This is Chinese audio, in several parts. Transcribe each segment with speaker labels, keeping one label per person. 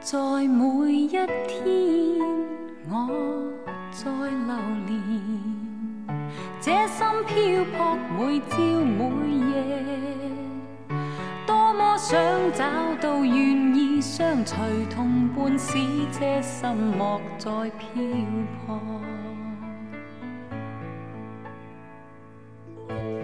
Speaker 1: 在每一天，我在流连，这心漂泊每朝每夜，多么想找到愿意相随同伴，使这心莫再漂泊。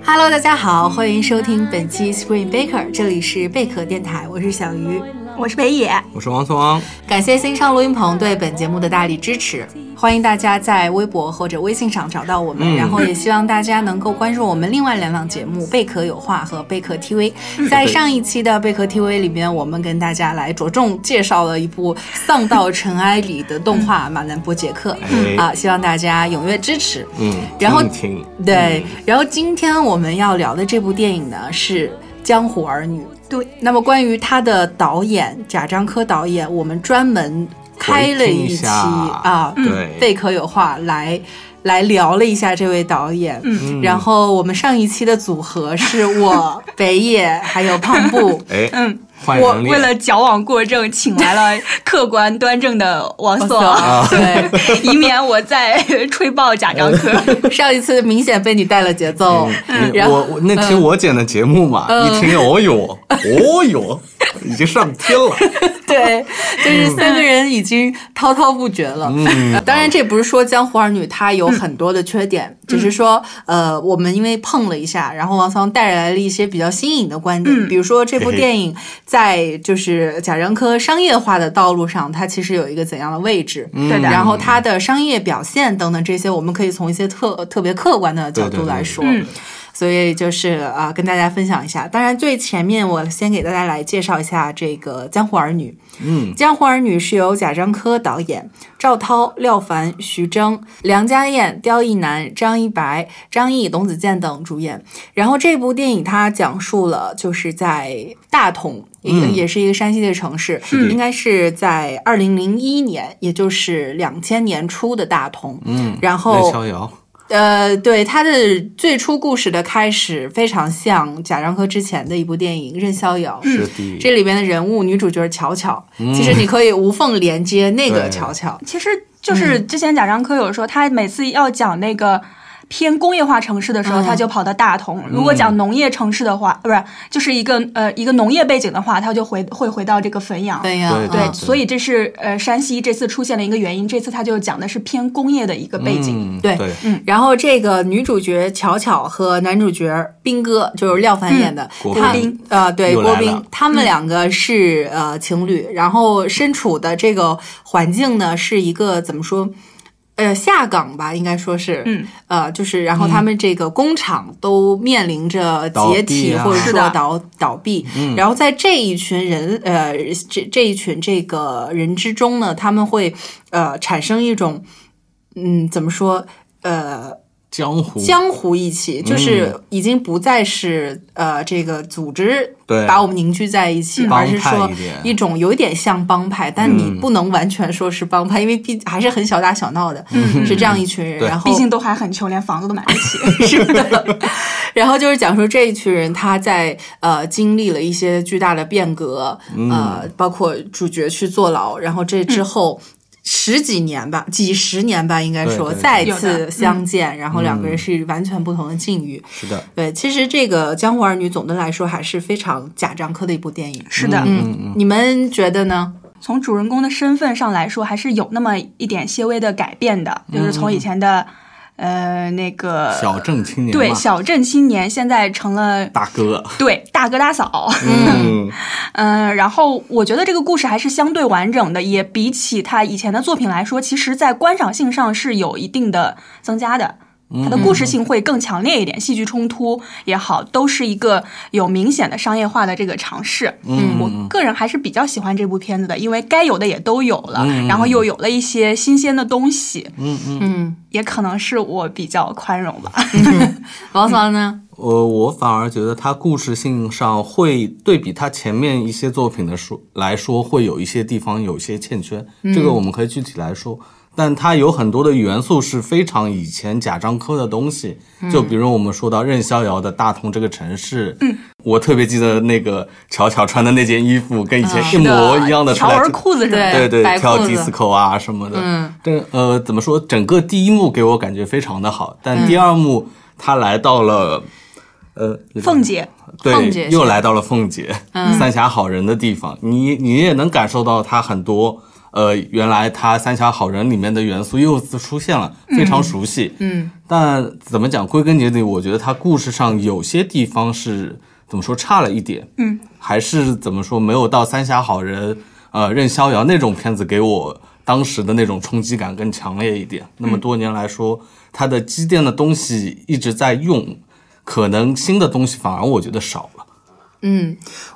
Speaker 2: Hello，大家好，欢迎收听本期 Screen Baker，这里是贝壳电台，我是小鱼。
Speaker 3: 我是北野，
Speaker 4: 我是王松昂，
Speaker 2: 感谢新上录音棚对本节目的大力支持，欢迎大家在微博或者微信上找到我们，
Speaker 4: 嗯
Speaker 2: 然后也希望大家能够关注我们另外两档节目《贝壳有话》和《贝壳 TV》。在
Speaker 4: 嗯
Speaker 2: 上一期的《贝壳 TV》里面，我们跟大家来着重介绍了一部丧到尘埃里的动画《马南波杰克》
Speaker 4: 嗯哎
Speaker 2: 啊，希望大家踊跃支持。
Speaker 4: 嗯，
Speaker 2: 然后
Speaker 4: 听一听
Speaker 2: 对，
Speaker 4: 嗯
Speaker 2: 然后今天我们要聊的这部电影呢是《江湖儿女》。
Speaker 3: 对，
Speaker 2: 那么关于他的导演贾樟柯导演，我们专门开了
Speaker 4: 回听一
Speaker 2: 期
Speaker 4: 下
Speaker 2: 啊，
Speaker 4: 对
Speaker 2: 嗯贝壳有话来。来聊了一下这位导演，
Speaker 4: 嗯
Speaker 2: 然后我们上一期的组合是我北野还有胖 布，
Speaker 4: 哎，
Speaker 3: 嗯，
Speaker 4: 换
Speaker 3: 我
Speaker 4: 人
Speaker 3: 为了矫枉过正，请来了客观端正的王朔，
Speaker 4: 啊
Speaker 2: 对，
Speaker 3: 以免我再吹爆贾 樟柯。
Speaker 2: 上一次明显被你带了节奏，嗯然后
Speaker 4: 嗯我我那期我剪的节目嘛，一听哦哟哦哟，已经上天了，
Speaker 2: 对，就是三个人已经滔滔不绝了。
Speaker 4: 嗯
Speaker 2: 呃当然这不是说《江湖儿女》它有很多的缺点，
Speaker 4: 嗯
Speaker 2: 只是说呃，我们因为碰了一下，然后王桑带来了一些比较新颖的观点，
Speaker 4: 嗯
Speaker 2: 比如说这部
Speaker 4: 嘿嘿
Speaker 2: 电影在就是贾樟柯商业化的道路上，它其实有一个怎样的位置。
Speaker 4: 嗯
Speaker 3: 对的
Speaker 2: 然后它的商业表现等等这些，我们可以从一些特特别客观的角
Speaker 4: 对对
Speaker 2: 度
Speaker 4: 对
Speaker 2: 来
Speaker 4: 对
Speaker 2: 说。
Speaker 3: 嗯
Speaker 2: 所以就是啊、呃跟大家分享一下。当然，最前面我先给大家来介绍一下这个《江湖儿女》。
Speaker 4: 嗯
Speaker 2: 《江湖儿女》是由贾樟柯导演，赵涛、廖凡、徐峥、梁家燕、刁亦男、张一白、张译、董子健等主演。然后这部电影它讲述了就是在大同。一个
Speaker 4: 嗯
Speaker 2: 也是一个山西的城市，
Speaker 4: 的
Speaker 2: 应该是在二零零一年，也就是两千年初的大同。
Speaker 4: 嗯，
Speaker 2: 然后
Speaker 4: 任逍遥，
Speaker 2: 呃，对，他的最初故事的开始非常像贾樟柯之前的一部电影《任逍遥》。
Speaker 4: 是的，
Speaker 2: 嗯这里边的人物女主角巧巧，其实你可以无缝连接那个
Speaker 4: 嗯对
Speaker 2: 巧巧。
Speaker 3: 其实就是
Speaker 2: 嗯
Speaker 3: 之前贾樟柯有说，他每次要讲那个。偏工业化城市的时候，
Speaker 2: 嗯
Speaker 3: 他就跑到大同；如果讲农业城市的话，呃不是就是一个呃一个农业背景的话，他就回会回到这个汾阳。
Speaker 2: 对呀，
Speaker 4: 对
Speaker 3: 对，
Speaker 2: 嗯
Speaker 3: 所以这是呃山西这次出现的一个原因。这次他就讲的是偏工业的一个背景。
Speaker 4: 嗯
Speaker 2: 对
Speaker 4: 对，
Speaker 2: 然后这个女主角巧巧和男主角斌哥，就是廖凡演的，
Speaker 4: 嗯
Speaker 2: 他
Speaker 4: 郭斌
Speaker 2: 呃，对
Speaker 4: 又
Speaker 2: 郭
Speaker 4: 来
Speaker 2: 斌
Speaker 4: 了，
Speaker 2: 他们两个是、呃情侣，然后身处的这个环境呢是一个怎么说？呃，下岗吧，应该说是，
Speaker 3: 嗯，
Speaker 2: 呃，就是，然后他
Speaker 4: 嗯
Speaker 2: 们这个工厂都面临着解体、
Speaker 4: 倒闭啊
Speaker 2: 或者
Speaker 3: 是
Speaker 2: 说
Speaker 3: 的
Speaker 2: 倒倒闭，
Speaker 4: 嗯
Speaker 2: 然后在这一群人，呃，这这一群这个人之中呢，他们会呃产生一种，嗯，怎么说，呃，
Speaker 4: 江湖，
Speaker 2: 江湖义气，
Speaker 4: 嗯
Speaker 2: 就是已经不再是呃这个组织
Speaker 4: 对嗯
Speaker 2: 把我们凝聚在一起，而是
Speaker 4: 帮
Speaker 2: 说
Speaker 4: 派一点
Speaker 2: 一种有一点像帮派，但你
Speaker 4: 嗯
Speaker 2: 不能完全说是帮派，因为毕还是很小打小闹的，是这样一群人。
Speaker 4: 嗯对
Speaker 2: 然后
Speaker 3: 毕竟都还很穷，连房子都买不
Speaker 2: 嗯
Speaker 3: 起。
Speaker 2: 是的。然后就是讲说这一群人他在呃经历了一些巨大的变革，
Speaker 4: 嗯
Speaker 2: 呃，包括主角去坐牢，然后这之
Speaker 3: 嗯
Speaker 2: 后。十几年吧，几十年吧，应该
Speaker 4: 对
Speaker 2: 说
Speaker 4: 对嗯
Speaker 2: 再
Speaker 3: 有的嗯
Speaker 2: 次相见，然后两个人是完全不同的境遇。
Speaker 4: 是的，
Speaker 2: 对，其实这个《江湖儿女》总的来说还是非常贾樟柯的一部电影。
Speaker 3: 是的，
Speaker 2: 嗯，你们觉得呢？
Speaker 3: 从主人公的身份上来说，还是有那么一点些微的改变的，就是从以前的呃那个
Speaker 4: 嗯小镇青年嘛，
Speaker 3: 对小镇青年，现在成了
Speaker 4: 大哥，
Speaker 3: 对大哥大嫂。
Speaker 4: 嗯，
Speaker 3: 嗯、然后我觉得这个故事还是相对完整的，也比起他以前的作品来说，其实在观赏性上是有一定的增加的。
Speaker 4: 嗯
Speaker 3: 它的故事性会更强烈一点，戏剧冲突也好，都是一个有明显的商业化的这个尝试。
Speaker 4: 嗯
Speaker 3: 我个人还是比较喜欢这部片子的，因为该有的也都有了，
Speaker 4: 嗯嗯
Speaker 3: 然后又有了一些新鲜的东西，
Speaker 4: 嗯嗯。
Speaker 2: 嗯，
Speaker 3: 也可能是我比较宽容吧。
Speaker 2: 王嫂呢？
Speaker 4: 呃，我反而觉得它故事性上会对比它前面一嗯些作品的说来说，会有一些地方有一些欠缺，这个我们可以具体来说。但它有很多的元素是非常以前贾樟柯的东西，就比如我们说到任逍遥的《大同这个城市》，嗯，我特别记得那个巧巧穿的那件衣服跟以前一模一啊样 的
Speaker 3: 条
Speaker 4: 穿来
Speaker 3: 纹裤子是吧？
Speaker 4: 对
Speaker 2: 白
Speaker 4: 对，跳
Speaker 2: 裤子
Speaker 4: disco 啊什么的。嗯，这呃怎么说？整个第一幕给我感觉非常的好，但第二幕他来到了，呃，那个
Speaker 3: 凤姐，
Speaker 2: 凤姐
Speaker 4: 对，
Speaker 2: 是
Speaker 4: 又
Speaker 2: 吧嗯
Speaker 4: 来到了凤姐，三峡好人的地方。你你也能感受到他很多。呃，原来他《三峡好人》里面的元素又次出现了，非常熟悉。嗯，但怎么讲？归根结底，我觉得他故事上有些地方是怎么说差了一点。嗯，还是怎么说没有到《三峡好人》呃任逍遥那种片子给我当时的那种冲击感更强烈一点。
Speaker 2: 嗯
Speaker 4: 那么多年来说，它的积淀的东西一直在用，可能新的东西反而我觉得少了。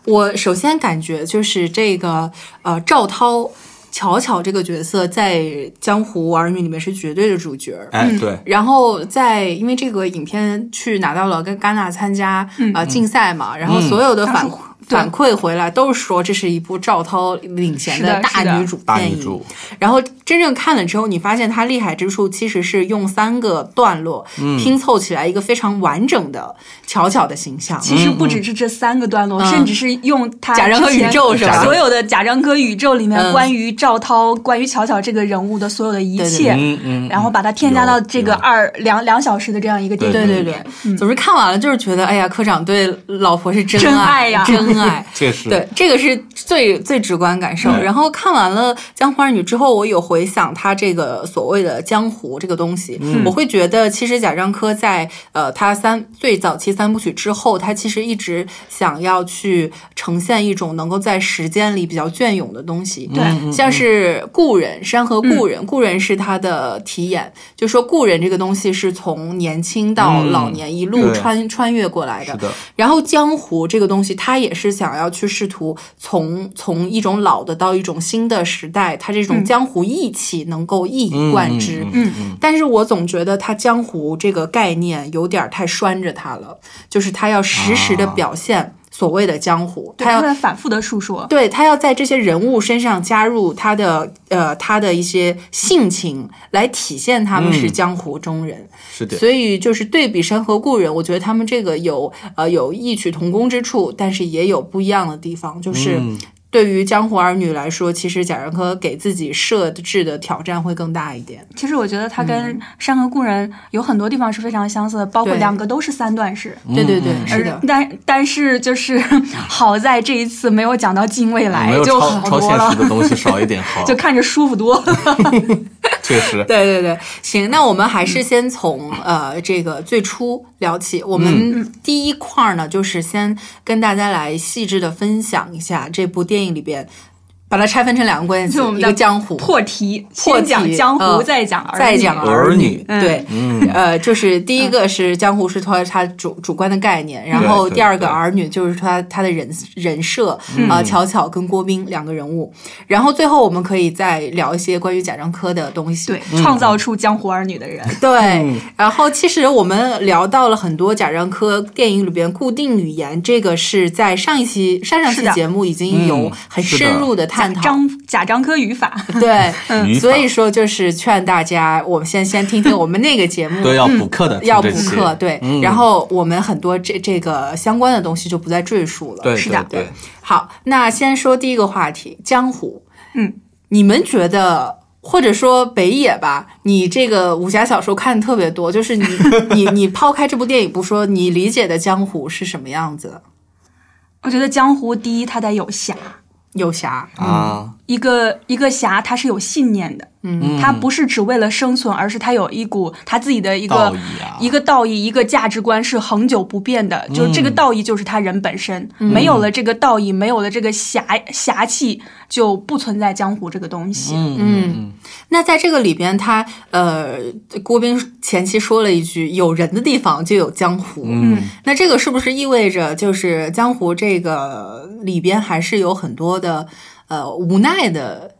Speaker 2: 我首先感觉就是这个呃赵涛。巧巧这个角色在《江湖儿女》里面是绝对的主角儿，
Speaker 4: 哎，
Speaker 3: 嗯
Speaker 4: 对，
Speaker 2: 然后在因为这个影片去拿到了跟戛纳参加啊、
Speaker 3: 嗯
Speaker 2: 呃竞赛嘛，然
Speaker 4: 嗯
Speaker 2: 后所有的反、
Speaker 3: 对
Speaker 2: 反馈回来都是说这是一部赵涛领衔
Speaker 3: 是的是
Speaker 2: 大
Speaker 3: 的
Speaker 2: 女主
Speaker 4: 大
Speaker 2: 电
Speaker 4: 女
Speaker 2: 影。
Speaker 4: 主，
Speaker 2: 然后真正看了之后，你发现它厉害之处其实是用三个段落
Speaker 4: 嗯
Speaker 2: 拼凑起来一个非常完整的巧巧的形象。
Speaker 3: 其实不
Speaker 2: 嗯
Speaker 3: 只是这三个段落，甚至是用他
Speaker 2: 贾樟柯宇宙是吧
Speaker 3: 之前
Speaker 2: 贾
Speaker 3: 所有的贾樟柯宇宙里面
Speaker 2: 嗯
Speaker 3: 关于赵涛、关于巧巧这个人物的所有的一
Speaker 2: 对对
Speaker 3: 切，
Speaker 4: 嗯嗯，
Speaker 3: 然后把它添加到这个
Speaker 4: 有
Speaker 3: 二两两小时的这样一个电影
Speaker 2: 对对
Speaker 3: 里面。
Speaker 2: 对，总之看完了就是觉得，哎呀，科长对老婆是真
Speaker 3: 真
Speaker 2: 爱
Speaker 3: 爱呀
Speaker 2: 真爱。
Speaker 4: 确实，
Speaker 2: 对，这个是最最直观感受。
Speaker 4: 对
Speaker 2: 然后看完了《江湖儿女》之后，我有回想他这个所谓的江湖这个东西，我会觉得其实贾樟柯在呃他三最早期三部曲之后，他其实一直想要去呈现一种能够在时间里比较隽永的东西。
Speaker 3: 对嗯
Speaker 2: 像是故人，山河故人，故人是他的题眼，就说故人这个东西是从年轻到
Speaker 4: 嗯
Speaker 2: 老年一路
Speaker 4: 对
Speaker 2: 穿穿越过来的
Speaker 4: 是。的，
Speaker 2: 然后江湖这个东西，它也是想要去试图从从一种老的到一种新的时代，它这
Speaker 3: 嗯
Speaker 2: 种江湖义气能够一以贯之。
Speaker 4: 嗯嗯嗯
Speaker 2: 但是我总觉得它江湖这个概念有点太拴着它了，就是它要实时的
Speaker 4: 啊
Speaker 2: 表现所谓的江湖，
Speaker 3: 对
Speaker 2: 它
Speaker 3: 他
Speaker 2: 要
Speaker 3: 在反复的述说。
Speaker 2: 对他要在这些人物身上加入他的呃他的一些性情，来体现他们是
Speaker 4: 嗯
Speaker 2: 江湖中人。
Speaker 4: 是的，
Speaker 2: 所以就是对比《山河故人》，我觉得他们这个有呃有异曲同工之处，但是也有不一样的地方。就是
Speaker 4: 嗯
Speaker 2: 对于江湖儿女来说，其实贾樟柯给自己设置的挑战会更大一点。
Speaker 3: 其实我觉得他跟《山河故人》有很多地方是非常相似的，包括
Speaker 2: 嗯对
Speaker 3: 两个都是三段式。
Speaker 2: 对对对，是
Speaker 3: 而
Speaker 2: 的。
Speaker 3: 但但是就是 好在这一次没有讲到近未
Speaker 2: 哎
Speaker 4: 没
Speaker 3: 来，
Speaker 4: 有
Speaker 3: 就
Speaker 4: 超
Speaker 3: 好
Speaker 4: 超
Speaker 3: 多
Speaker 4: 现实的
Speaker 3: 了，，
Speaker 4: 东西少一点好
Speaker 3: 就看着舒服多 了。
Speaker 4: 确实，
Speaker 2: 对对对，行，那我们还是先从呃这个最初聊起。我们第一块儿呢，就是先跟大家来细致的分享一下这部电影里边，把它拆分成两个关键词
Speaker 3: 就我，们
Speaker 2: 一
Speaker 3: 的
Speaker 2: 个江湖，
Speaker 3: 破题，
Speaker 2: 破
Speaker 3: 先
Speaker 2: 题
Speaker 3: 讲江湖，
Speaker 2: 嗯
Speaker 3: 再讲儿
Speaker 2: 再
Speaker 3: 女
Speaker 2: 讲
Speaker 4: 儿
Speaker 2: 女
Speaker 4: 女，
Speaker 3: 嗯
Speaker 2: 对，
Speaker 4: 嗯
Speaker 2: 呃，就是第一个是江湖是它它主主观的概念，然
Speaker 4: 对
Speaker 2: 后
Speaker 4: 对
Speaker 2: 第二个
Speaker 4: 对嗯
Speaker 2: 儿女就是它它的人人设啊、呃巧巧跟郭斌两个人物，然后最后我们可以再聊一些关于贾樟柯的东西，
Speaker 3: 对，创造出江湖儿女的人，
Speaker 4: 嗯
Speaker 2: 对，然后其实我们聊到了很多贾樟柯电影里边固定语言，这个是在上一期、上上
Speaker 3: 是
Speaker 2: 期
Speaker 3: 的
Speaker 2: 节目已经有
Speaker 4: 嗯
Speaker 2: 很
Speaker 4: 是的
Speaker 2: 深入的探讨。
Speaker 3: 张贾樟柯语法。
Speaker 2: 对，
Speaker 4: 语法
Speaker 2: 所以说就是劝大家，我们先先听听我们那个节
Speaker 3: 嗯
Speaker 2: 目，
Speaker 4: 都要补课的，
Speaker 2: 要补
Speaker 4: 听啊这期
Speaker 2: 课，对。
Speaker 4: 嗯
Speaker 2: 然后我们很多这这个相关的东西就不再赘述了。
Speaker 4: 对
Speaker 3: 是的
Speaker 4: 对，
Speaker 2: 好，那先说第一个话题，江湖。
Speaker 3: 嗯，
Speaker 2: 你们觉得，或者说北野吧，你这个武侠小说看的特别多， 就是你你你抛开这部电影不说，你理解的江湖是什么样子？
Speaker 3: 我觉得江湖第一，它得有侠，
Speaker 2: 有侠，
Speaker 3: 嗯
Speaker 2: 嗯
Speaker 4: 对啊，
Speaker 3: 一个一个侠，他是有信念的，嗯，他不是只为了生存，而是他有一股他自己的一个
Speaker 4: 道义啊嗯
Speaker 3: 一个道义，一个价值观是恒久不变的，就这个道义就是他人本身，没有了这个道义，没有了这个侠侠气，就不存在江湖这个东西。
Speaker 4: 嗯嗯嗯，
Speaker 2: 那在这个里边，他呃，郭斌前期说了一句：“有人的地方就有江湖。”嗯，那这个是不是意味着就是江湖这个里边还是有很多的呃无奈的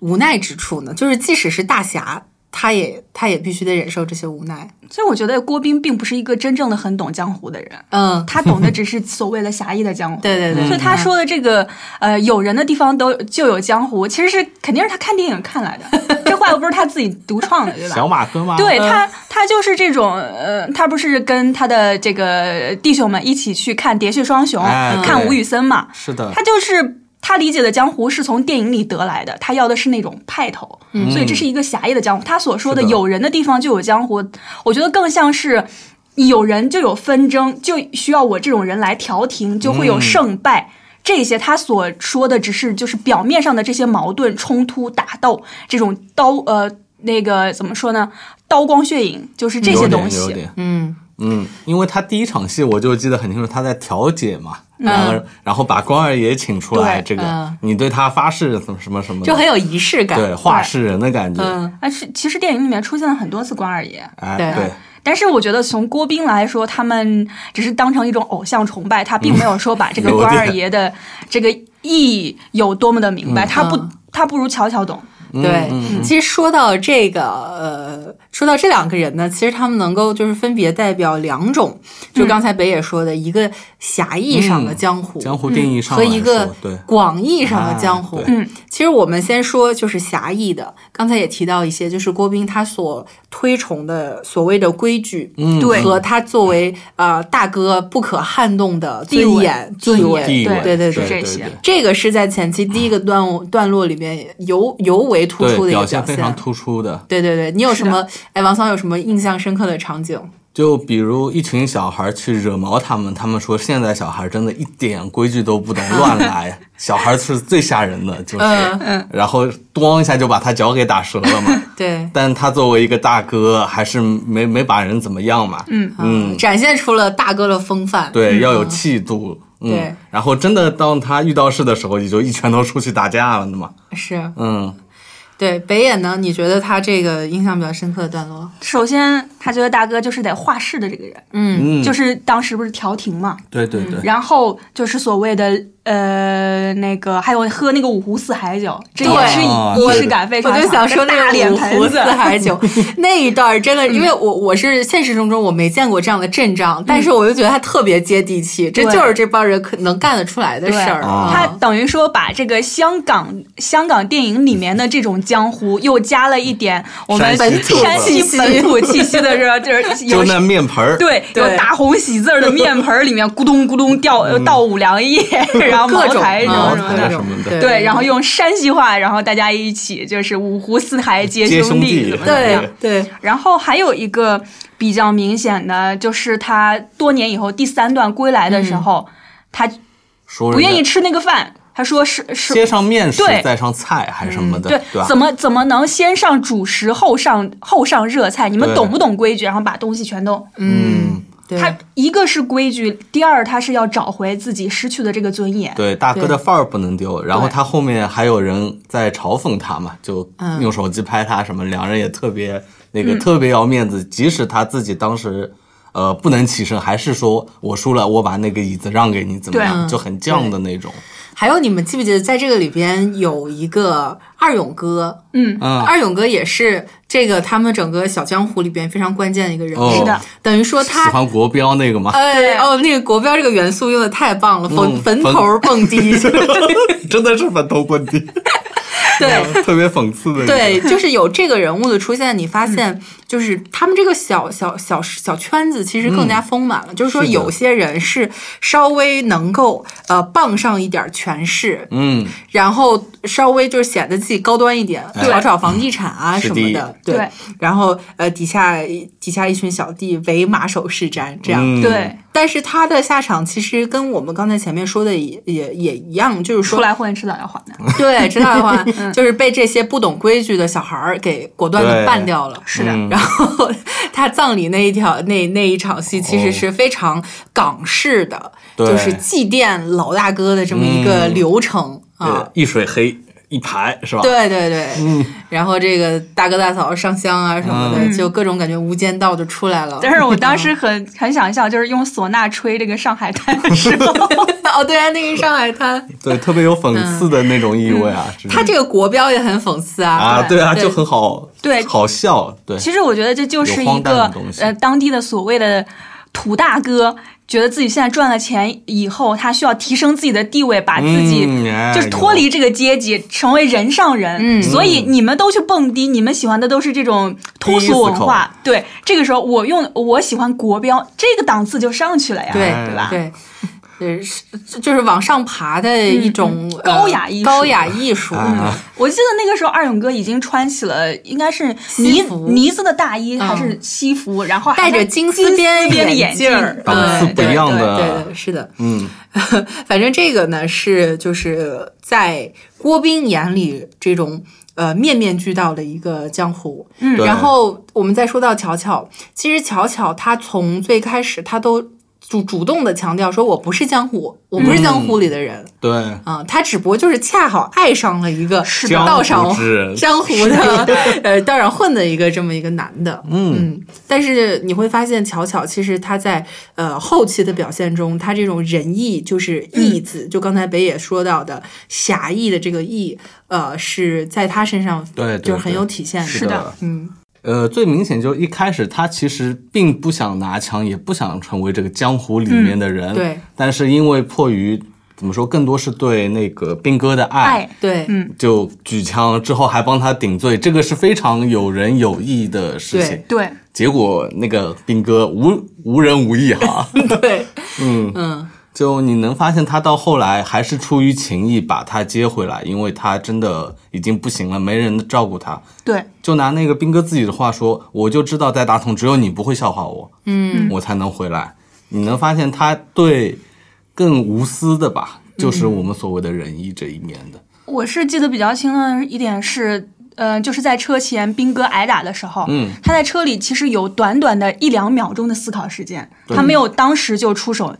Speaker 2: 无奈之处呢？就是即使是大侠，他也他也必须得忍受这些无奈。
Speaker 3: 所以我觉得郭斌并不是一个真正的很懂江湖的人，
Speaker 2: 嗯，
Speaker 3: 他懂的只是所谓的侠义的江湖。
Speaker 2: 对对
Speaker 4: 嗯
Speaker 2: 对，
Speaker 3: 所以他说的这个，呃，有人的地方都就有江湖，其实是肯定是他看电影看来的。这话话又不是他自己独创的，对吧？
Speaker 4: 小马哥吗？嗯
Speaker 3: 对他，他就是这种，呃，他不是跟他的这个弟兄们一起去看《喋血双雄》
Speaker 4: 哎
Speaker 3: 看
Speaker 4: 对
Speaker 3: 吴宇森嘛？
Speaker 4: 是的
Speaker 3: 他就是他理解的江湖是从电影里得来的，他要的是那种派头，所以这是一个狭义的江湖。他所说的
Speaker 4: 嗯是的
Speaker 3: 有人的地方就有江湖，我觉得更像是。有人就有纷争，就需要我这种人来调停，就
Speaker 4: 嗯
Speaker 3: 会有胜败。这些他所说的只是就是表面上的这些矛盾冲突、打斗这种刀呃那个怎么说呢？刀光血影就是这些
Speaker 4: 有点
Speaker 3: 东
Speaker 4: 有
Speaker 3: 西。
Speaker 4: 点，嗯嗯，因为他第一场戏我就记得很清楚，他在调解嘛，
Speaker 3: 嗯
Speaker 4: 然后然后把关二爷请出来，
Speaker 2: 对嗯
Speaker 4: 这个你对他发誓什么什么什么的，
Speaker 2: 就很有仪式感。
Speaker 4: 对话事人的感觉，
Speaker 2: 嗯，
Speaker 3: 哎，是其实电影里面出现了很多次关二爷，
Speaker 4: 哎
Speaker 2: 对
Speaker 4: 对，
Speaker 3: 但是我觉得从郭斌来说，他们只是当成一种偶像崇拜，他并没有说把这个
Speaker 4: 有
Speaker 3: 关二
Speaker 4: 点
Speaker 3: 爷的这个意义有多么的明白，他不
Speaker 2: 嗯
Speaker 3: 他不如乔乔懂。
Speaker 4: 嗯
Speaker 2: 对，其实说到这个，呃，说到这两个人呢，其实他们能够就是分别代表两种，就
Speaker 4: 嗯
Speaker 2: 刚才北野说的一个狭义上的江湖，
Speaker 4: 江湖定义上
Speaker 2: 和
Speaker 4: 来
Speaker 2: 一个
Speaker 4: 说对。
Speaker 2: 广义上的江湖
Speaker 4: 哎。对
Speaker 2: 嗯，其实我们先说就是狭义的，刚才也提到一些，就是郭斌他所推崇的所谓的规矩，嗯
Speaker 3: 对
Speaker 2: 和他作为呃大哥不可撼动的尊严、
Speaker 3: 地位
Speaker 2: 尊
Speaker 3: 地
Speaker 2: 严。
Speaker 3: 位
Speaker 2: 对对对
Speaker 4: 对
Speaker 3: 是这
Speaker 4: 对
Speaker 3: 些
Speaker 4: 对
Speaker 2: 这个是在前期第一个段段落里面尤尤为突出的
Speaker 4: 对
Speaker 2: 一个
Speaker 4: 表
Speaker 2: 表现
Speaker 4: 现，非常突出的，
Speaker 2: 对对对，你有
Speaker 3: 是
Speaker 2: 什
Speaker 3: 的
Speaker 2: 么？哎，王桑有什么印象深刻的场景？
Speaker 4: 就比如一群小孩去惹毛他们，他们说现在小孩真的一点规矩都不懂， 乱来。小孩是最吓人的，就是，
Speaker 2: 嗯
Speaker 4: 然后咣一下就把他脚给打折了 嘛。
Speaker 2: 对，
Speaker 4: 但他作为一个大哥，还是没没把人怎么样嘛。嗯嗯，
Speaker 2: 呃展现出了大哥的风范。
Speaker 4: 对，要有气度。
Speaker 2: 嗯对
Speaker 4: 嗯，然后真的当他遇到事的时候，也就一拳头出去打架了嘛。
Speaker 2: 是
Speaker 4: 嗯，
Speaker 2: 对北野呢？你觉得他这个印象比较深刻的段落？
Speaker 3: 首先，他觉得大哥就是得画事的这个人，嗯，就是当时不是调停嘛，
Speaker 4: 对对对，
Speaker 3: 嗯然后就是所谓的呃那个，还有喝那个五湖四海酒，这也是
Speaker 4: 对
Speaker 3: 仪式感非常
Speaker 2: 我
Speaker 3: 强。
Speaker 2: 就想说
Speaker 3: 大
Speaker 2: 那
Speaker 3: 脸
Speaker 2: 个五
Speaker 3: 盆
Speaker 2: 湖
Speaker 3: 子
Speaker 2: 四，海 酒那一段儿真的，因为我我是现实生中我没见过这样的阵仗，但是我就觉得他特别接地气，这
Speaker 3: 嗯对
Speaker 2: 就是这帮人可能干得出来的事儿。
Speaker 3: 对
Speaker 2: 啊
Speaker 3: 他等于说把这个香港香港电影里面的这种江湖，又加了一点我们
Speaker 4: 山西土
Speaker 3: 山西本土气息的这这
Speaker 4: 就
Speaker 3: 有。
Speaker 4: 那面盆儿，
Speaker 3: 对，有
Speaker 2: 对
Speaker 3: 大红喜字儿的面盆儿里面咕咚咕咚掉倒五粮液， 然后
Speaker 2: 各
Speaker 3: 茅
Speaker 2: 种
Speaker 3: 台什
Speaker 2: 啊
Speaker 3: 么
Speaker 4: 茅
Speaker 3: 什么
Speaker 4: 台
Speaker 3: 的，
Speaker 4: 啊
Speaker 2: 各种
Speaker 4: 什么的
Speaker 3: 对，然后用山西话，然后大家一起就是五湖四海皆
Speaker 4: 皆
Speaker 3: 兄
Speaker 4: 兄
Speaker 3: 弟，
Speaker 4: 弟
Speaker 3: 怎么怎么样
Speaker 2: 对对，
Speaker 3: 然后还有一个比较明显的就是他多年以后第三段归来的时候，他
Speaker 4: 说
Speaker 3: 不
Speaker 4: 人家
Speaker 3: 愿意吃那个饭，他说是是。
Speaker 4: 先上面食
Speaker 3: 对，嗯
Speaker 4: 再上菜还是什么的，
Speaker 3: 对，
Speaker 4: 吧？
Speaker 3: 怎么怎么能先上主食后上后上热菜？你们
Speaker 4: 对
Speaker 3: 懂不懂规矩？然后把东西全都，
Speaker 2: 嗯，对
Speaker 3: 他一个是规矩，第二他是要找回自己失去的这个尊严。
Speaker 4: 对，大哥
Speaker 2: 对
Speaker 4: 的范儿不能丢。然后他后面还有人在嘲讽他嘛，就
Speaker 2: 嗯
Speaker 4: 用手机拍他什么，两人也特别那
Speaker 3: 嗯
Speaker 4: 个特别要面子，即使他自己当时。呃，不能起身，还是说我输了，我把那个椅子让给你，怎么
Speaker 3: 对
Speaker 4: 样？就很犟的那种。
Speaker 2: 还有你们记不记得，在这个里边有一个二勇哥，
Speaker 3: 嗯
Speaker 4: 嗯
Speaker 2: 二勇哥也是这个他们整个小江湖里边非常关键的一个人物，
Speaker 4: 哦
Speaker 3: 是的，
Speaker 2: 等于说
Speaker 4: 喜
Speaker 2: 他。
Speaker 4: 欢国标那个吗？
Speaker 2: 哎
Speaker 3: 对
Speaker 2: 哦，那个国标这个元素用的太棒了，坟
Speaker 4: 嗯
Speaker 2: 坟
Speaker 4: 坟
Speaker 2: 头蹦 迪，
Speaker 4: 真的是坟头 蹦迪，
Speaker 2: 对，
Speaker 4: 特别讽刺的。
Speaker 2: 对，，就是有这个人物的出现，你发
Speaker 4: 嗯
Speaker 2: 现就是他们这个小小小小圈子其实更加丰满了。就是说，
Speaker 4: 嗯是的
Speaker 2: 有些人是稍微能够呃傍上一点权势，
Speaker 4: 嗯，
Speaker 2: 然后稍微就是显得自己高端一点，
Speaker 4: 哎
Speaker 2: 炒炒房地产啊
Speaker 4: 是
Speaker 2: 什
Speaker 4: 的
Speaker 2: 么的。
Speaker 3: 对，
Speaker 2: 然后呃底下底下一群小弟为马首是瞻这样。
Speaker 4: 嗯
Speaker 3: 对，
Speaker 2: 但是他的下场其实跟我们刚才前面说的也也也一样，就是说
Speaker 3: 出来嗯混，迟早要还 的。
Speaker 2: 对，知道的话， 就是被这些不懂规矩的小孩儿给果断的
Speaker 4: 对
Speaker 2: 办掉了。
Speaker 3: 是的
Speaker 4: 嗯
Speaker 2: 然后 他葬礼那一条那那一场戏其实是非常港式的，
Speaker 4: 哦对嗯
Speaker 2: 就是祭奠老大哥的这么一个流程、啊
Speaker 4: 对。嗯一水黑一排是吧？
Speaker 2: 对对对， 然后这个大哥大嫂上香啊什么的，
Speaker 4: 嗯
Speaker 2: 就各种感觉《无间道》就出来了。
Speaker 3: 但是我当时很很想笑，就是用唢呐吹这个《上海滩》的时候，
Speaker 2: 哦，对啊，那个上海滩，
Speaker 4: 对，特别有讽刺的那种意味
Speaker 3: 嗯
Speaker 4: 啊。真的
Speaker 2: 他这个国标也很讽刺啊。
Speaker 4: 啊，对啊，
Speaker 2: 对
Speaker 4: 就很好，
Speaker 3: 对
Speaker 4: 好笑，对，
Speaker 3: 其实我觉得这就是
Speaker 4: 有
Speaker 3: 一
Speaker 4: 荒诞
Speaker 3: 个
Speaker 4: 的东西
Speaker 3: 呃当地的所谓的。土大哥觉得自己现在赚了钱以后，他需要提升自己的地位，把自己
Speaker 4: 嗯哎
Speaker 3: 就是脱离这个阶级，成为人上人。
Speaker 2: 嗯
Speaker 3: 所以你们都去蹦迪，你们喜欢的都是这种通俗文化。对，这个时候我用我喜欢国标，这个档次就上去了呀，
Speaker 2: 对
Speaker 4: 哎
Speaker 3: 对吧？
Speaker 2: 对， 呃，是就是往上爬的一种、呃
Speaker 3: 嗯高雅艺术
Speaker 2: 高雅艺术。
Speaker 4: 啊
Speaker 3: 我记得那个时候二勇哥已经穿起了应该是呢
Speaker 2: 服
Speaker 3: 呢子的大衣
Speaker 2: 嗯
Speaker 3: 还是西服，然后还
Speaker 2: 戴着
Speaker 3: 是
Speaker 2: 金
Speaker 3: 金
Speaker 2: 丝边
Speaker 3: 边的
Speaker 2: 眼
Speaker 3: 镜
Speaker 2: 镜
Speaker 3: 儿
Speaker 2: 儿，嗯
Speaker 4: 档次
Speaker 3: 对
Speaker 4: 不一样的
Speaker 2: 对对对，是的，
Speaker 4: 嗯，
Speaker 2: 反正这个呢是就是在郭斌眼里这种呃面面俱到的一个江湖。
Speaker 3: 嗯
Speaker 4: 对
Speaker 2: 然后我们再说到巧巧，其实巧巧她从最开始她都主主动的强调说，我不是江湖，我
Speaker 4: 嗯
Speaker 2: 不是江湖里的人。
Speaker 4: 对，
Speaker 2: 啊、他只不过就是恰好爱上了一个
Speaker 3: 是
Speaker 4: 的
Speaker 2: 道上
Speaker 4: 江湖之人
Speaker 2: 江湖的呃道上混的一个这么一个男的，
Speaker 4: 嗯
Speaker 2: 嗯，但是你会发现巧巧其实他在呃后期的表现中，他这种仁义就是义字，
Speaker 4: 嗯
Speaker 2: 就刚才北野说到的侠义的这个义，呃，是在他身上
Speaker 4: 对对
Speaker 2: 就是很
Speaker 4: 对
Speaker 2: 有体现的，
Speaker 3: 是的，
Speaker 2: 嗯，
Speaker 4: 呃，最明显就是一开始他其实并不想拿枪，也不想成为这个江湖里面的
Speaker 3: 嗯
Speaker 4: 人，
Speaker 2: 对，
Speaker 4: 但是因为迫于怎么说，更多是对那个兵哥的
Speaker 3: 爱
Speaker 2: 对，
Speaker 3: 嗯
Speaker 4: 就举枪之后还帮他顶罪，这个是非常有仁有义的事情。
Speaker 3: 对，
Speaker 4: 结果那个兵哥无无人无义哈，
Speaker 2: 对，
Speaker 4: 嗯
Speaker 2: 嗯，
Speaker 4: 就你能发现他到后来还是出于情义把他接回来，因为他真的已经不行了，没人照顾他。
Speaker 3: 对，
Speaker 4: 就拿那个兵哥自己的话说，我就知道在大同只有你不会笑话我，嗯，我才能回来。你能发现他对更无私的吧，
Speaker 3: 嗯
Speaker 4: 就是我们所谓的仁义这一面的。
Speaker 3: 我是记得比较清的一点是，呃，就是在车前兵哥挨打的时候，
Speaker 4: 嗯，
Speaker 3: 他在车里其实有短短的一两秒钟的思考时间，
Speaker 4: 对
Speaker 3: 他没有当时就出手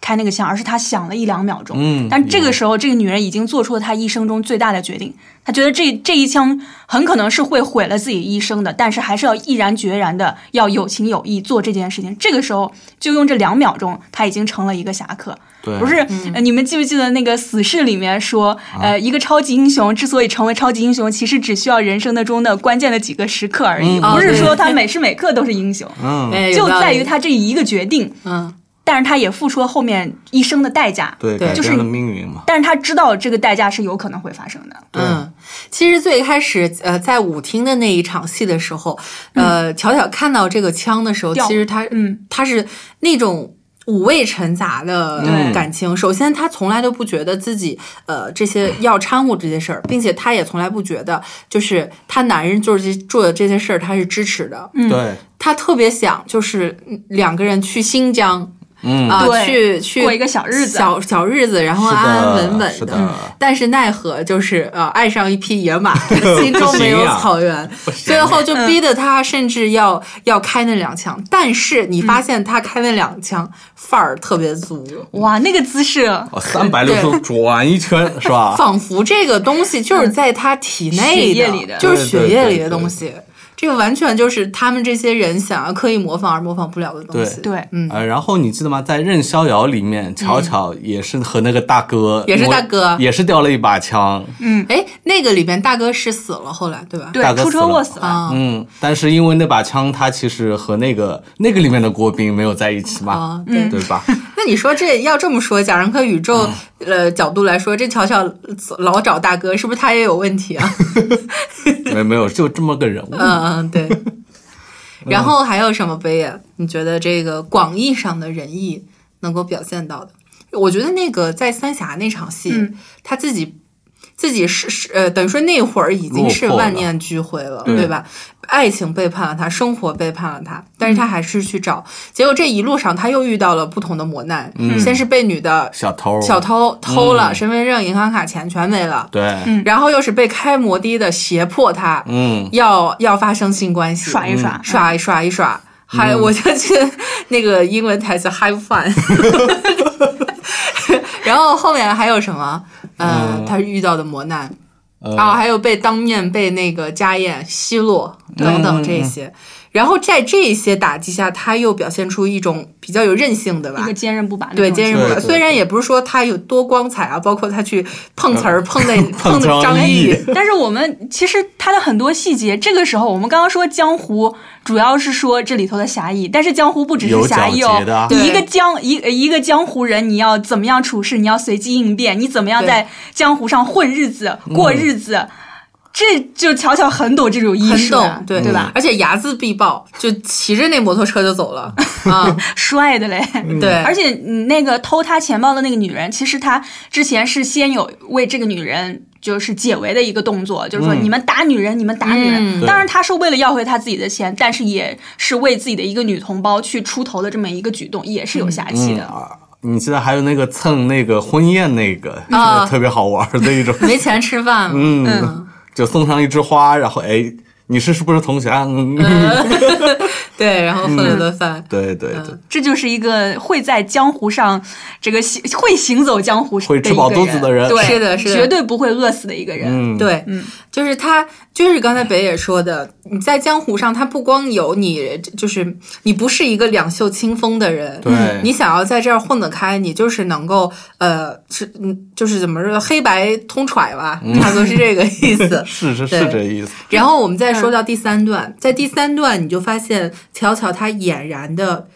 Speaker 3: 开那个枪，而是他想了一两秒钟。
Speaker 4: 嗯
Speaker 3: 但这个时候，这个女人已经做出了她一生中最大的决定，她觉得这这一枪很可能是会毁了自己一生的，但是还是要毅然决然的要有情有义做这件事情。这个时候，就用这两秒钟，她已经成了一个侠客。
Speaker 4: 对，
Speaker 3: 不是、
Speaker 2: 嗯
Speaker 3: 呃你们记不记得那个《死侍》里面说，
Speaker 4: 啊
Speaker 3: 呃，一个超级英雄之所以成为超级英雄，其实只需要人生的中的关键的几个时刻而已，
Speaker 4: 嗯
Speaker 3: 不
Speaker 2: 哦
Speaker 3: 是
Speaker 2: 对
Speaker 3: 说他每时每刻都是英 雄，
Speaker 4: 嗯，
Speaker 2: 哎
Speaker 3: 就在于
Speaker 2: 有道理
Speaker 3: 他这一个决定，
Speaker 2: 嗯，
Speaker 3: 但是他也付出了后面一生的代价，
Speaker 4: 对，
Speaker 2: 对
Speaker 4: 改
Speaker 3: 就是
Speaker 4: 变了命运嘛。
Speaker 3: 但是他知道这个代价是有可能会发生的，
Speaker 2: 嗯，其实最开始呃，在舞厅的那一场戏的时候，呃，巧巧看到这个枪的时候，
Speaker 3: 嗯掉
Speaker 2: 其实他
Speaker 3: 嗯，
Speaker 2: 他是那种。五味陈杂的
Speaker 4: 对
Speaker 2: 感情，首先他从来都不觉得自己呃这 些要掺和这些事儿，并且他也从来不觉得就是他男人做这做的这些事儿他是支持的，
Speaker 3: 嗯
Speaker 4: 对，
Speaker 2: 他特别想就是嗯两个人去新疆
Speaker 4: 嗯，
Speaker 2: 啊、
Speaker 3: 对
Speaker 2: 去去
Speaker 3: 过一个小日子
Speaker 2: 小小日子，然后
Speaker 4: 是的
Speaker 2: 安安稳稳
Speaker 4: 是的
Speaker 2: 但是奈何就是呃，爱上一匹野 马，心中没有草原，
Speaker 4: 不行啊
Speaker 2: 最后就逼得他甚至要、要开那两枪。但是你发现他开那两枪、范儿特别足。
Speaker 3: 哇，那个姿势。
Speaker 4: 三百六十度转一圈是吧？
Speaker 2: 仿佛这个东西就是在他体内
Speaker 3: 血液里的
Speaker 2: 就是血液
Speaker 4: 对对
Speaker 2: 里
Speaker 4: 对
Speaker 2: 的
Speaker 4: 对
Speaker 2: 东西。这个完全就是他们这些人想要刻意模仿而模仿不了的东西。
Speaker 3: 对，
Speaker 4: 呃，然后你记得吗？在《任逍遥》里面，巧巧也是和那个大哥，
Speaker 2: 嗯也是
Speaker 4: 因为
Speaker 2: 大哥
Speaker 4: 也是掉了一把枪。
Speaker 2: 哎，那个里边大哥是死了，后来对吧？
Speaker 3: 对
Speaker 4: 大，哥
Speaker 3: 出
Speaker 4: 死
Speaker 3: 车祸
Speaker 4: 了
Speaker 3: 死了。
Speaker 2: 啊
Speaker 4: 嗯，但是因为那把枪，他其实和那个那个里面的郭斌没有在一起嘛，
Speaker 2: 啊，对。
Speaker 4: 对吧？
Speaker 2: 那你说这要这么说，贾樟柯宇宙呃角度来说，这巧巧老找大哥，是不是他也有问题啊？
Speaker 4: 没没有，就这么个人物。
Speaker 2: 嗯嗯，对。然后还有什么北野？你觉得这个广义上的仁义能够表现到的？我觉得那个在三峡那场戏，
Speaker 3: 嗯
Speaker 2: 他自己自己是是呃，等于说那会儿已经是
Speaker 4: 落魄了
Speaker 2: 万念俱灰了，
Speaker 4: 对
Speaker 2: 对吧？爱情背叛了他，生活背叛了他，但是
Speaker 4: 嗯
Speaker 2: 他还是去找，结果这一路上他又遇到了不同的磨难，先是被女的
Speaker 4: 小偷，
Speaker 2: 小，偷偷了
Speaker 4: 嗯
Speaker 2: 身份证、银行卡、钱全没了，
Speaker 4: 对，
Speaker 2: 然后又是被开摩的的胁迫他，
Speaker 4: 嗯，
Speaker 2: 要要发生性关系，
Speaker 3: 耍一耍，
Speaker 2: 耍一耍一耍，还、
Speaker 4: 嗯
Speaker 2: 我就去那个英文台词 have fun。然后后面还有什么？呃，他遇到的磨难，哦
Speaker 4: 呃嗯
Speaker 2: 然后还有被当面被那个家宴奚落等等这些。然后在这些打击下，他又表现出一种比较有韧性的吧
Speaker 3: 一个，坚韧不拔的
Speaker 2: 对
Speaker 3: 那种
Speaker 2: 坚韧不拔。
Speaker 4: 对对
Speaker 2: 虽然也不是说他有多光彩啊，包括他去碰瓷儿碰那
Speaker 4: 呃 碰
Speaker 2: 的张
Speaker 4: 张译
Speaker 2: 译，
Speaker 3: 但是我们其实它的很多细节，这个时候我们刚刚说江湖，主要是说这里头的侠义，但是江湖不只是侠义
Speaker 4: 有皎
Speaker 3: 哦
Speaker 4: 洁的啊，
Speaker 3: 你一
Speaker 2: 对
Speaker 3: 个江一一个江湖人，你要怎么样处事，你要随机应变，你怎么样
Speaker 2: 对
Speaker 3: 在江湖上混日子、过日子，
Speaker 4: 嗯
Speaker 3: 这就巧巧很懂这种艺
Speaker 2: 很
Speaker 3: 术啊，
Speaker 2: 懂，
Speaker 3: 对
Speaker 2: 对
Speaker 3: 吧？？
Speaker 2: 而且睚眦必报，就骑着那摩托车就走了啊！
Speaker 3: 帅的嘞。
Speaker 2: 对，
Speaker 3: 而且嗯那个偷他钱包的那个女人，其实她之前是先有为这个女人就是解围的一个动作，就是说
Speaker 4: 嗯
Speaker 3: 你们打女人，你们打女人。
Speaker 2: 嗯
Speaker 3: 当然，她是为了要回她自己的钱，但是也是为自己的一个女同胞去出头的这么一个举动，也是有侠气的。
Speaker 4: 嗯啊你记得还有那个蹭那个婚宴那个，
Speaker 2: 啊
Speaker 4: 特别好玩儿的一种，
Speaker 2: 没钱吃饭嘛，
Speaker 4: 嗯，就送上一枝花，然后哎，你是是不是同学啊？嗯
Speaker 2: 呃对，然后混了顿饭，
Speaker 4: 对对
Speaker 2: 呃
Speaker 4: 对，
Speaker 3: 这就是一个会在江湖上这个行会行走江湖的
Speaker 4: 会吃饱肚子的
Speaker 3: 一个
Speaker 4: 人
Speaker 3: 对，
Speaker 2: 是的是的
Speaker 3: 绝对不会饿死的一个人。
Speaker 4: 嗯，
Speaker 2: 对，就是他，就是刚才北野说的，你在江湖上，他不光有你，就是你不是一个两袖清风的人，
Speaker 4: 对。
Speaker 2: 你想要在这儿混得开，你就是能够，呃，是，嗯，就是怎么说，黑白通揣吧，差不多是这个意思
Speaker 4: 是是是
Speaker 2: 对
Speaker 4: 这意思，
Speaker 2: 然后我们再说到第三段，在第三段你就发现巧巧她俨然的，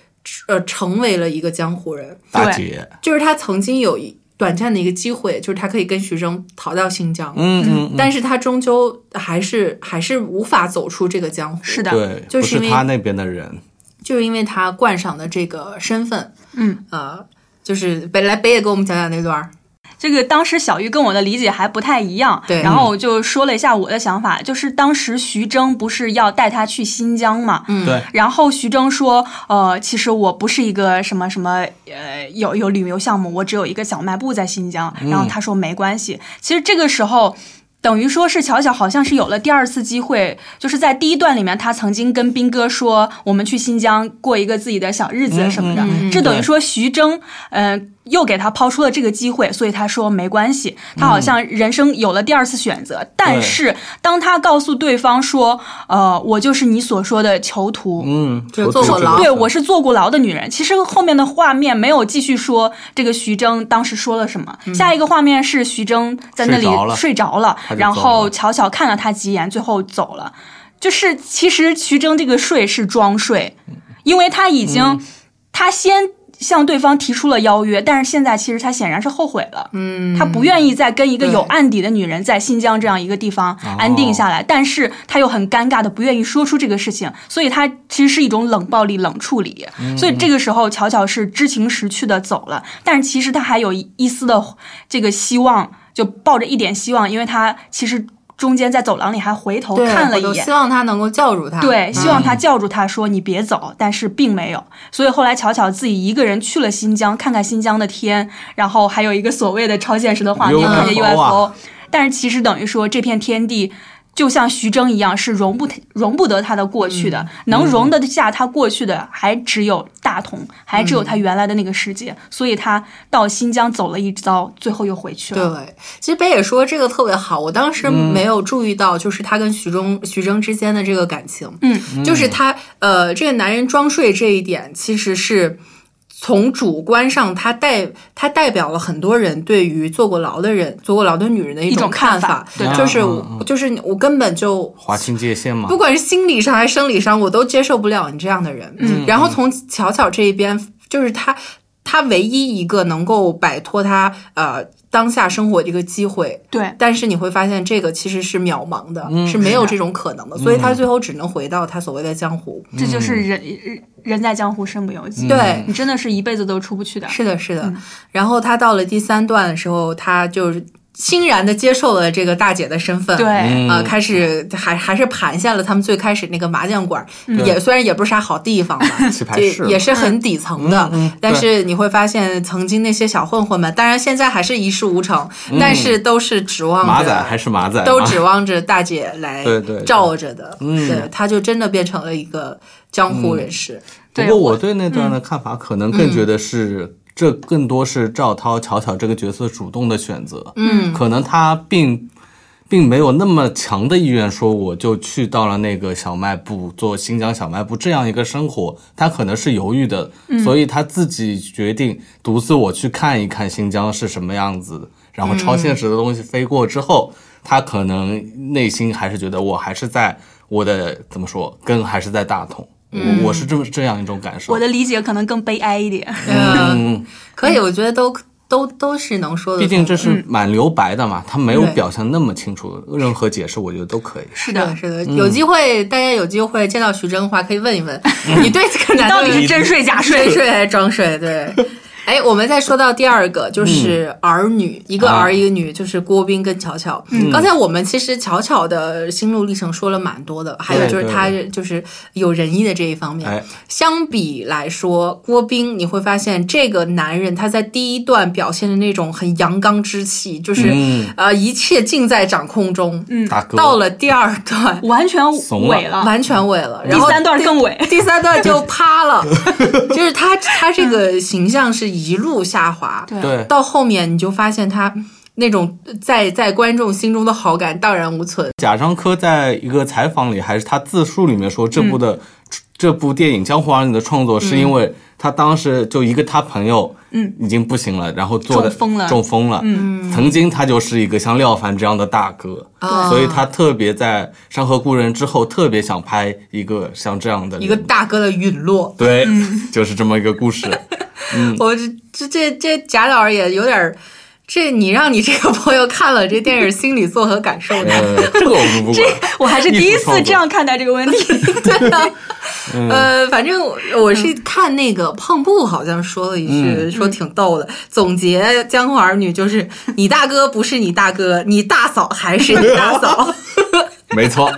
Speaker 2: 呃，成为了一个江湖人，
Speaker 4: 大姐，
Speaker 2: 就是她曾经有一短暂的一个机会，就是她可以跟徐峥逃到新疆，
Speaker 4: 嗯嗯，
Speaker 2: 但是他终究还是还是无法走出这个江湖，
Speaker 3: 是
Speaker 4: 嗯
Speaker 3: 的，
Speaker 4: 对，
Speaker 2: 就
Speaker 4: 不
Speaker 2: 是因
Speaker 4: 是
Speaker 2: 为
Speaker 4: 他那边的人，
Speaker 2: 就是因为他冠上的这个身份，
Speaker 3: 嗯，
Speaker 2: 呃，就是北来北野给我们讲讲那段儿，
Speaker 3: 这个当时小玉跟我的理解还不太一样，
Speaker 2: 对
Speaker 3: 然后我就说了一下我的想法，就是当时徐峥不是要带他去新疆嘛，嗯，
Speaker 4: 对，
Speaker 3: 然后徐峥说，呃，其实我不是一个什么什么，呃，有有旅游项目，我只有一个小卖部在新疆。然后他说没关系。其实这个时候。等于说是巧巧好像是有了第二次机会，就是在第一段里面，他曾经跟斌哥说我们去新疆过一个自己的小日子什么的，这等于说徐峥，嗯、又给他抛出了这个机会，所以他说没关系，他好像人生有了第二次选择。但是当他告诉对方说，呃，我就是你所说的囚徒，
Speaker 4: 嗯，
Speaker 2: 就
Speaker 4: 我
Speaker 2: 坐
Speaker 4: 懂
Speaker 2: 过
Speaker 4: 这
Speaker 2: 牢
Speaker 4: 个
Speaker 3: 对
Speaker 4: 词
Speaker 3: 我是坐过牢的女人。其实后面的画面没有继续说这个徐峥当时说了什么，下一个画面是徐峥在那里
Speaker 4: 嗯睡着了
Speaker 3: 睡着了，
Speaker 4: 他就
Speaker 3: 然
Speaker 4: 走
Speaker 3: 后
Speaker 4: 了
Speaker 3: 巧巧看了他几眼，最后走了。就是其实徐峥这个睡是装睡，因为他已经、
Speaker 4: 嗯
Speaker 3: 他先。向对方提出了邀约，但是现在其实他显然是后悔了，嗯，他不愿意再跟一个有
Speaker 2: 对
Speaker 3: 案底的女人在新疆这样一个地方安定下来，但是他又很尴尬的不愿意说出这个事情，所以他其实是一种冷暴力、冷处理，所以这个时候巧巧是知情识趣的走了，但是其实他还有一一丝的这个希望，就抱着一点希望，因为他其实中间在走廊里还回头
Speaker 2: 对
Speaker 3: 看了
Speaker 2: 我
Speaker 3: 一
Speaker 2: 都
Speaker 3: 眼，
Speaker 2: 希望他能够叫住他，
Speaker 3: 对，希望
Speaker 2: 嗯
Speaker 3: 他叫住他说你别走，但是并没有。所以后来巧巧自己一个人去了新疆，看看新疆的天，然后还有一个所谓的超现实的画面，看见
Speaker 4: UFO
Speaker 3: UFO。
Speaker 4: 啊
Speaker 3: 但是其实等于说这片天地。就像徐峥一样，是容不容不得他的过去的，能容得下他过去的，还只有大同，还只有他原来的那个世界。所以他到新疆走了一遭，最后又回去了。
Speaker 2: 对，其实北野说这个特别好，我当时没有注意到，就是他跟徐峥、徐峥之间的这个感情，
Speaker 3: 嗯，
Speaker 2: 就是他呃，这个男人装睡这一点，其实是从主观上他代他代表了很多人对于坐过牢的人、坐过牢的女人的一
Speaker 3: 一种
Speaker 2: 看
Speaker 3: 看法
Speaker 2: 法，
Speaker 3: 对
Speaker 2: 就是
Speaker 4: 嗯
Speaker 2: 我就是我根本就
Speaker 4: 划清界限嘛
Speaker 2: 不，管是心理上还是生理上，我都接受不了你这样的人。嗯，然后从巧巧这一边，就是他，他唯一一个能够摆脱他呃当下生活这个机会。
Speaker 3: 对，
Speaker 2: 但是你会发现，这个其实是渺茫的，是没有这种可能的，所以他最后只能回到他所谓的江湖。
Speaker 3: 这就是人、人人在江湖身不由己。
Speaker 2: 对
Speaker 3: 你真的是一辈子都出不去的。
Speaker 2: 是的，是的。然后他到了第三段的时候，他就是欣然的接受了这个大姐的身份。
Speaker 3: 对，。
Speaker 4: 嗯
Speaker 2: 啊、开始还还是盘下了他们最开始那个麻将馆儿，也虽然也不是啥好地方吧，
Speaker 4: 棋牌室
Speaker 2: 这也是很底层的。
Speaker 4: 嗯嗯
Speaker 2: 但是你会发现，曾经那些小混混们，当然现在还是一事无成，但是都是指望着
Speaker 4: 嗯马仔还是马仔嘛，
Speaker 2: 都指望着大姐来
Speaker 4: 对对对
Speaker 2: 罩着的。
Speaker 4: 嗯
Speaker 2: 对，他就真的变成了一个江湖人士。
Speaker 4: 不
Speaker 3: 对
Speaker 4: 过
Speaker 3: 我
Speaker 4: 我对那
Speaker 2: 嗯
Speaker 4: 段的看法，可能更觉得是。这更多是赵涛、巧巧这个角色主动的选择，
Speaker 2: 嗯，
Speaker 4: 可能他并并没有那么强的意愿说我就去到了那个小卖部做新疆小卖部这样一个生活，他可能是犹豫的，所以他自己决定独自我去看一看新疆是什么样子的，然后超现实的东西飞过之后，他可能内心还是觉得我还是在我的怎么说根还是在大同，我我是这么这样一种感受
Speaker 3: 我。的理解可能更悲哀一点。
Speaker 4: 嗯，
Speaker 2: 可以，我觉得都都都是能说的。
Speaker 4: 毕竟这是蛮留白的嘛，他没有
Speaker 2: 对
Speaker 4: 表现那么清楚，任何解释我觉得都可以。
Speaker 2: 是的，是的，有机会大家有机会见到徐峥的话，可以问一问
Speaker 4: 嗯
Speaker 2: 你对这个男的
Speaker 3: 到底是真睡假
Speaker 2: 真
Speaker 3: 睡？
Speaker 2: 睡还是装睡？对。哎，我们再说到第二个，就是儿女，一个
Speaker 4: 啊嗯
Speaker 2: 儿一个女，就是郭斌跟乔乔。刚才我们其实乔乔的心路历程说了蛮多的，还有就是
Speaker 4: 对
Speaker 2: 他就是有仁义的这一方面。
Speaker 4: 哎
Speaker 2: 相比来说，郭斌你会发现这个男人他在第一段表现的那种很阳刚之气，就是、
Speaker 4: 嗯
Speaker 2: 呃一切尽在掌控中。嗯，
Speaker 4: 大哥
Speaker 2: 到了第二段
Speaker 3: 完全
Speaker 4: 怂
Speaker 3: 萎
Speaker 4: 了
Speaker 3: 了，
Speaker 2: 完全萎了，然
Speaker 3: 啊第
Speaker 2: 后
Speaker 3: 三段更 萎。
Speaker 2: 第三段就趴了，就是他他这个形象是一路下滑，
Speaker 3: 对
Speaker 4: 对，
Speaker 2: 到后面你就发现他那种在在观众心中的好感荡然无存。
Speaker 4: 贾樟柯在一个采访里，还是他自述里面说，这部的、这部电影《江湖儿女》的创作，是因为他当时就一个他朋友，嗯，已经不行了，然后做的
Speaker 3: 中风了
Speaker 4: 中风了，嗯，曾经他就是一个像廖凡这样的大哥，
Speaker 2: 啊
Speaker 4: 所以他特别在《山河故人》之后，特别想拍一个像这样的
Speaker 2: 一个
Speaker 4: 人
Speaker 2: 大哥的陨落，
Speaker 4: 对，就是这么一个故事。
Speaker 2: 我这这这这贾导也有点儿，这你让你这个朋友看了这电影，心里作何感受呢？
Speaker 4: 呃，这个我们不管，
Speaker 3: 我还是第一次这样看待这个问题。
Speaker 2: 对啊，
Speaker 4: 嗯
Speaker 2: 呃，反正我我是看那个胖布好像说了一句，
Speaker 4: 嗯
Speaker 2: 说挺逗的，总结《江湖儿女》就是你大哥不是你大哥，你大嫂还是你大 嫂，
Speaker 4: 没错，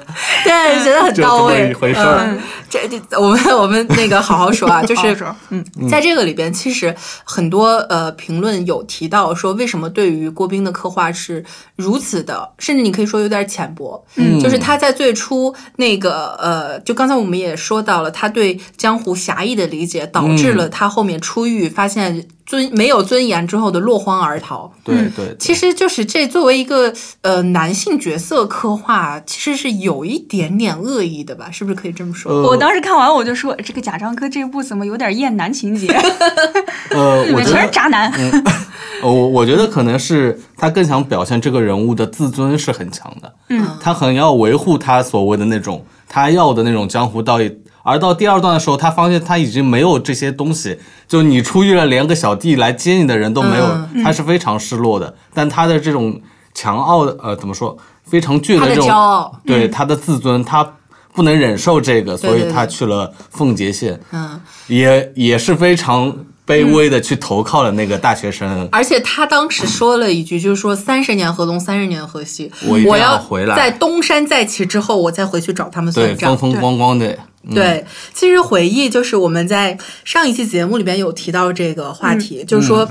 Speaker 2: 对，觉得很
Speaker 4: 就
Speaker 2: 到
Speaker 4: 这么
Speaker 2: 位
Speaker 4: 一。回事儿。
Speaker 2: 嗯，这这，我们我们那个好好说 啊， 就是
Speaker 3: 好好
Speaker 4: 嗯
Speaker 2: 在这个里边，其实很多呃评论有提到说，为什么对于郭斌的刻画是如此的，甚至你可以说有点浅薄。嗯，就是他在最初那个呃，就刚才我们也说到了，他对江湖侠义的理解，导致
Speaker 4: 嗯
Speaker 2: 了他后面出狱发现尊没有尊严之后的落荒而逃。
Speaker 4: 对对，对
Speaker 2: 其实就是这作为一个呃男性角色刻画，其实是有一点点恶意的吧？是不是可以这么说？
Speaker 4: 呃
Speaker 3: 我当时看完我就说，这个贾樟柯这部怎么有点厌男情节？
Speaker 4: 呃，
Speaker 3: 里
Speaker 4: 我
Speaker 3: 面
Speaker 4: 觉得
Speaker 3: 全是渣男。
Speaker 4: 呃，我我觉得可能是他更想表现这个人物的自尊是很强的，
Speaker 3: 嗯，
Speaker 4: 他很要维护他所谓的那种他要的那种江湖道义。而到第二段的时候，他发现他已经没有这些东西，就你出狱了，连个小弟来接你的人都没有，
Speaker 2: 嗯
Speaker 4: 他是非常失落的。但他的这种强傲的，呃，怎么说，非常倔
Speaker 2: 他
Speaker 4: 的
Speaker 2: 的
Speaker 4: 这种
Speaker 2: 骄傲，嗯
Speaker 4: 对他的自尊，他不能忍受这个，所
Speaker 2: 对
Speaker 4: 以
Speaker 2: 对
Speaker 4: 他
Speaker 2: 对
Speaker 4: 去了奉节县，
Speaker 2: 嗯，
Speaker 4: 也也是非常卑微的去投靠了那个大学生。
Speaker 2: 而且他当时说了一句，就是说三十年河东，三十年河西，
Speaker 4: 我
Speaker 2: 我
Speaker 4: 一定要
Speaker 2: 要
Speaker 4: 回来
Speaker 2: 在东山再起之后，我再回去找他们算
Speaker 4: 对，风
Speaker 2: 账。
Speaker 4: 风嗯光光的，
Speaker 2: 对，其实回忆就是我们在上一期节目里边有提到这个话题，
Speaker 4: 嗯
Speaker 2: 就是说。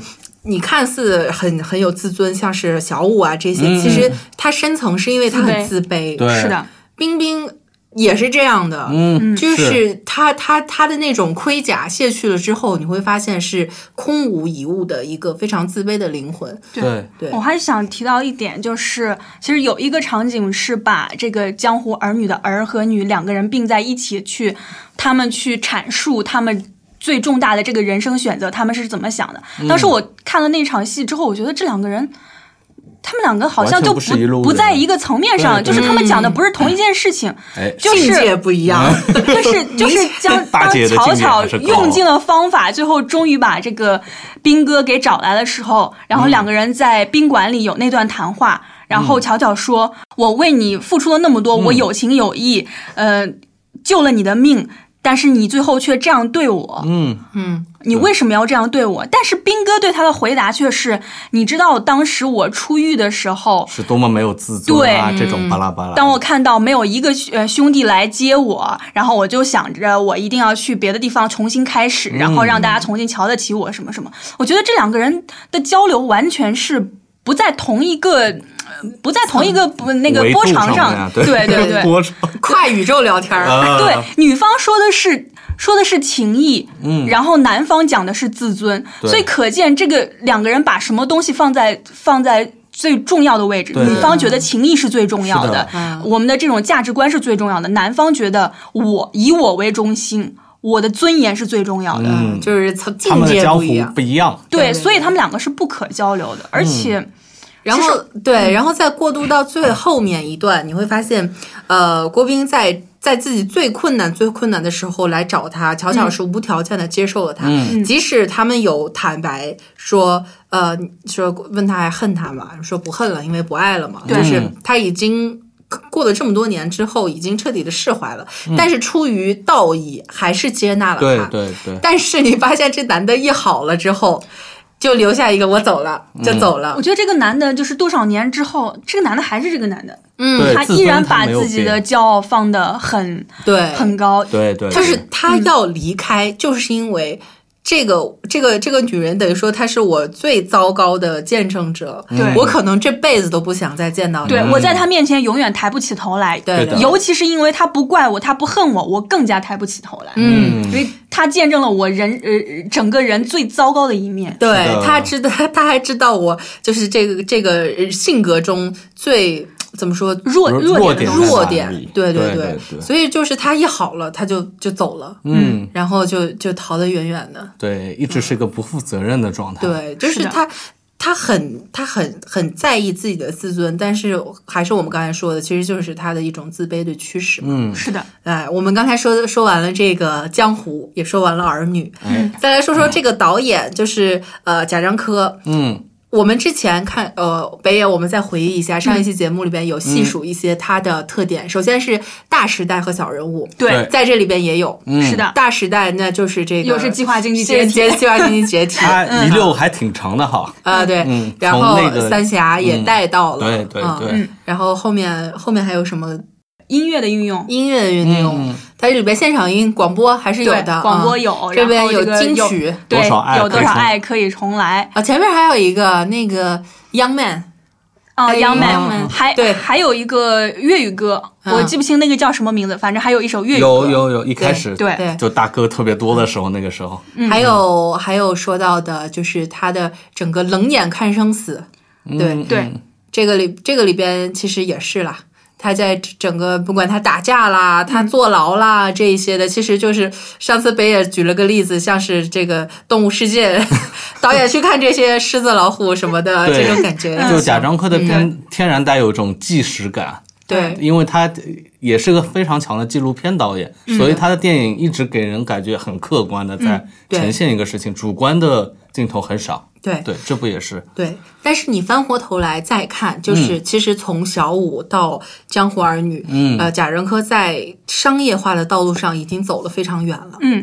Speaker 2: 你看似很很有自尊，像是小五啊这些，
Speaker 4: 嗯
Speaker 2: 其实他深层是因为他很
Speaker 3: 自
Speaker 2: 自卑。
Speaker 4: 对，
Speaker 3: 是的，
Speaker 2: 冰冰也是这样的，
Speaker 4: 嗯，
Speaker 2: 就是他他他的那种盔甲卸去了之后，你会发现是空无一物的一个非常自卑的灵魂。
Speaker 4: 对，
Speaker 2: 对
Speaker 3: 我，还想提到一点，就是其实有一个场景是把这个江湖儿女的儿和女两个人并在一起去，他们去阐述他们。最重大的这个人生选择，他们是怎么想的？当
Speaker 4: 嗯
Speaker 3: 时我看了那场戏之后，我觉得这两个人，他们两个好像就
Speaker 4: 完全不是一路
Speaker 3: 不
Speaker 4: 人
Speaker 3: 在一个层面上，
Speaker 4: 对嗯
Speaker 3: 就
Speaker 4: 对
Speaker 3: 是他们讲的不是同一件事情。
Speaker 4: 哎，
Speaker 3: 就是
Speaker 2: 境界不一样，
Speaker 4: 嗯
Speaker 3: 就是就是将
Speaker 4: 大
Speaker 3: 当
Speaker 4: 姐的
Speaker 3: 巧
Speaker 4: 境界
Speaker 3: 巧
Speaker 4: 还是高啊
Speaker 3: 用尽了方法，最后终于把这个兵哥给找来的时候，然
Speaker 4: 嗯
Speaker 3: 后两个人在宾馆里有那段谈话，然后巧巧说：“我为你付出了那么多，
Speaker 4: 嗯
Speaker 3: 我有情有义，呃，救了你的命。”但是你最后却这样对我，
Speaker 4: 嗯，
Speaker 2: 嗯，
Speaker 3: 你为什么要这样对我？但是兵哥对他的回答却是：你知道当时我出狱的时候，
Speaker 4: 是多么没有自尊啊，
Speaker 3: 对
Speaker 4: 这种巴拉巴拉。
Speaker 3: 当我看到没有一个呃兄弟来接我，然后我就想着我一定要去别的地方重新开始，然
Speaker 4: 嗯
Speaker 3: 后让大家重新瞧得起我什么什么。我觉得这两个人的交流完全是不在同一个，呃不在同一个不那个
Speaker 4: 维度
Speaker 3: 波长
Speaker 4: 上面啊
Speaker 3: 对
Speaker 4: 对
Speaker 3: 对 对
Speaker 4: 多少
Speaker 2: 跨宇宙聊天儿，
Speaker 4: 啊，
Speaker 3: 对，女方说的是说的是情谊，嗯，然后男方讲的是自尊，
Speaker 4: 对
Speaker 3: 所以可见这个两个人把什么东西放在放在最重要的位置，
Speaker 4: 对
Speaker 3: 女方觉得情谊是最重要
Speaker 4: 是的
Speaker 3: 我们的这种价值观是最重要的，男方觉得我以我为中心，我的尊严是最重要的。
Speaker 4: 嗯，
Speaker 2: 就是层
Speaker 4: 他
Speaker 2: 境
Speaker 4: 们的
Speaker 2: 界
Speaker 4: 江
Speaker 2: 不
Speaker 4: 湖
Speaker 2: 一样。
Speaker 4: 不一样，
Speaker 2: 对
Speaker 3: 对，所以他们两个是不可交流
Speaker 4: 嗯
Speaker 3: 的，而且。
Speaker 2: 然后
Speaker 3: 嗯
Speaker 2: 对，然后再过渡到最后面一段，你会发现，呃，郭斌在在自己最困难、最困难的时候来找他，巧
Speaker 3: 嗯
Speaker 2: 巧是无条件的接受了他，
Speaker 4: 嗯
Speaker 2: 即使他们有坦白说，呃，说问他还恨他吗？说不恨了，因为不爱了嘛，
Speaker 3: 对
Speaker 2: 就是
Speaker 4: 嗯
Speaker 2: 他已经。过了这么多年之后，已经彻底的释怀了，但是出于道义，还是接纳了他。
Speaker 4: 嗯对对 对，
Speaker 2: 但是你发现这男的一好了之后，就留下一个我走了，
Speaker 4: 嗯
Speaker 2: 就走了
Speaker 3: 我。觉得这个男的，就是多少年之后，这个男的还是这个男的，
Speaker 2: 嗯，
Speaker 4: 对
Speaker 3: 他
Speaker 4: 自
Speaker 3: 依
Speaker 4: 尊
Speaker 3: 然
Speaker 4: 他
Speaker 3: 把
Speaker 4: 没有
Speaker 3: 自己
Speaker 4: 变
Speaker 3: 的骄傲放得很
Speaker 2: 对，
Speaker 3: 很高。
Speaker 4: 对对，
Speaker 2: 就是他要离开，就是因为这个这个这个女人等于说她是我最糟糕的见证者，
Speaker 3: 对
Speaker 2: 我可能这辈子都不想再见到你。
Speaker 3: 对
Speaker 4: 嗯
Speaker 3: 我在他面前永远抬不起头来。
Speaker 2: 对
Speaker 4: 的
Speaker 3: 尤其是因为他不怪我，他不恨我，我更加抬不起头来。
Speaker 2: 嗯，
Speaker 4: 嗯
Speaker 2: 因为
Speaker 3: 他见证了我人呃整个人最糟糕的一面。
Speaker 4: 是
Speaker 2: 对
Speaker 4: 的
Speaker 2: 他知道， 他还知道我就是这个这个呃性格中最怎么说
Speaker 3: 弱
Speaker 4: 弱
Speaker 3: 点的
Speaker 4: 点
Speaker 3: 东西
Speaker 2: 弱
Speaker 4: 在哪里
Speaker 2: 点，对
Speaker 4: 对
Speaker 2: 对
Speaker 4: 对，对
Speaker 2: 所以就是他一好了，他就就走了，
Speaker 4: 嗯，
Speaker 2: 然后就就逃得远远的。
Speaker 4: 对，一直是个不负责哦任的状态，
Speaker 2: 对，就是
Speaker 3: 是的
Speaker 2: 他，他很，他很很在意自己的自尊，但是还是我们刚才说的，其实就是他的一种自卑的驱使。
Speaker 4: 嗯，
Speaker 3: 是的，
Speaker 2: 哎，我们刚才说说完了这个江湖，也说完了儿女，
Speaker 4: 哎，
Speaker 2: 再来说说这个导演，就是呃贾樟柯。
Speaker 4: 嗯，
Speaker 2: 我们之前看呃北野，我们再回忆一下上一期节目里边有细数一些他的特点，首先是大时代和小人物，
Speaker 4: 对
Speaker 2: 在这里边也有。
Speaker 4: 嗯
Speaker 3: 是的，
Speaker 2: 大时代那就是这个
Speaker 3: 又是计划经济
Speaker 2: 这个
Speaker 3: 阶梯。
Speaker 2: 阶计划经济解 体，
Speaker 4: 他一溜还挺长的哈，
Speaker 2: 啊，对，
Speaker 4: 哎嗯
Speaker 2: 然
Speaker 4: 从
Speaker 2: 后
Speaker 4: 那个
Speaker 2: 三峡也
Speaker 4: 嗯
Speaker 2: 带到了，
Speaker 4: 对对
Speaker 2: 嗯
Speaker 4: 对，
Speaker 3: 嗯
Speaker 2: 然后后面后面还有什么
Speaker 3: 音乐的运用，
Speaker 2: 音乐运用？
Speaker 4: 嗯
Speaker 2: 它里边现场音广播还是有
Speaker 3: 对
Speaker 2: 的，
Speaker 3: 广播
Speaker 2: 嗯
Speaker 3: 有然后
Speaker 2: 这边有
Speaker 3: 这个
Speaker 2: 金
Speaker 3: 有
Speaker 2: 曲
Speaker 3: 对，
Speaker 4: 多少爱
Speaker 3: 有多
Speaker 4: 可以
Speaker 3: 少
Speaker 4: 重
Speaker 3: 爱可以重来
Speaker 2: 啊，前面还有一个那个 Young Man，
Speaker 3: 啊
Speaker 2: 哎
Speaker 3: ？Young
Speaker 2: Young Man
Speaker 3: Man，还
Speaker 2: 对
Speaker 3: 还有一个粤语歌，
Speaker 2: 嗯
Speaker 3: 我记不清那个叫什么名字，反正还有一首粤语
Speaker 4: 嗯有
Speaker 3: 歌。
Speaker 4: 有有，一开始
Speaker 3: 对
Speaker 2: 对
Speaker 4: 就大哥特别多的时候，那个时候，
Speaker 3: 嗯
Speaker 2: 还有还有说到的就是他的整个冷眼看生死，对
Speaker 4: 嗯
Speaker 3: 对
Speaker 4: 嗯
Speaker 2: 这个里这个里边其实也是啦。他在整个不管他打架啦，他坐牢啦这一些的，其实就是上次北野举了个例子，像是这个《动物世界》 导演去看这些狮子、老虎什么的
Speaker 4: 对
Speaker 2: 这种感觉，
Speaker 4: 嗯就贾樟柯的片天然带有一种纪实感，
Speaker 2: 对
Speaker 4: 因为他也是个非常强的纪录片导演，所以他的电影一直给人感觉很客观的在
Speaker 2: 对
Speaker 4: 呈现一个事情，主观的镜头很少。
Speaker 2: 对
Speaker 4: 对，这不也是？
Speaker 2: 对。但是你翻过头来再看，就是其实从小五到江湖儿女，
Speaker 4: 嗯
Speaker 2: 呃，贾樟柯在商业化的道路上已经走了非常远了，
Speaker 4: 嗯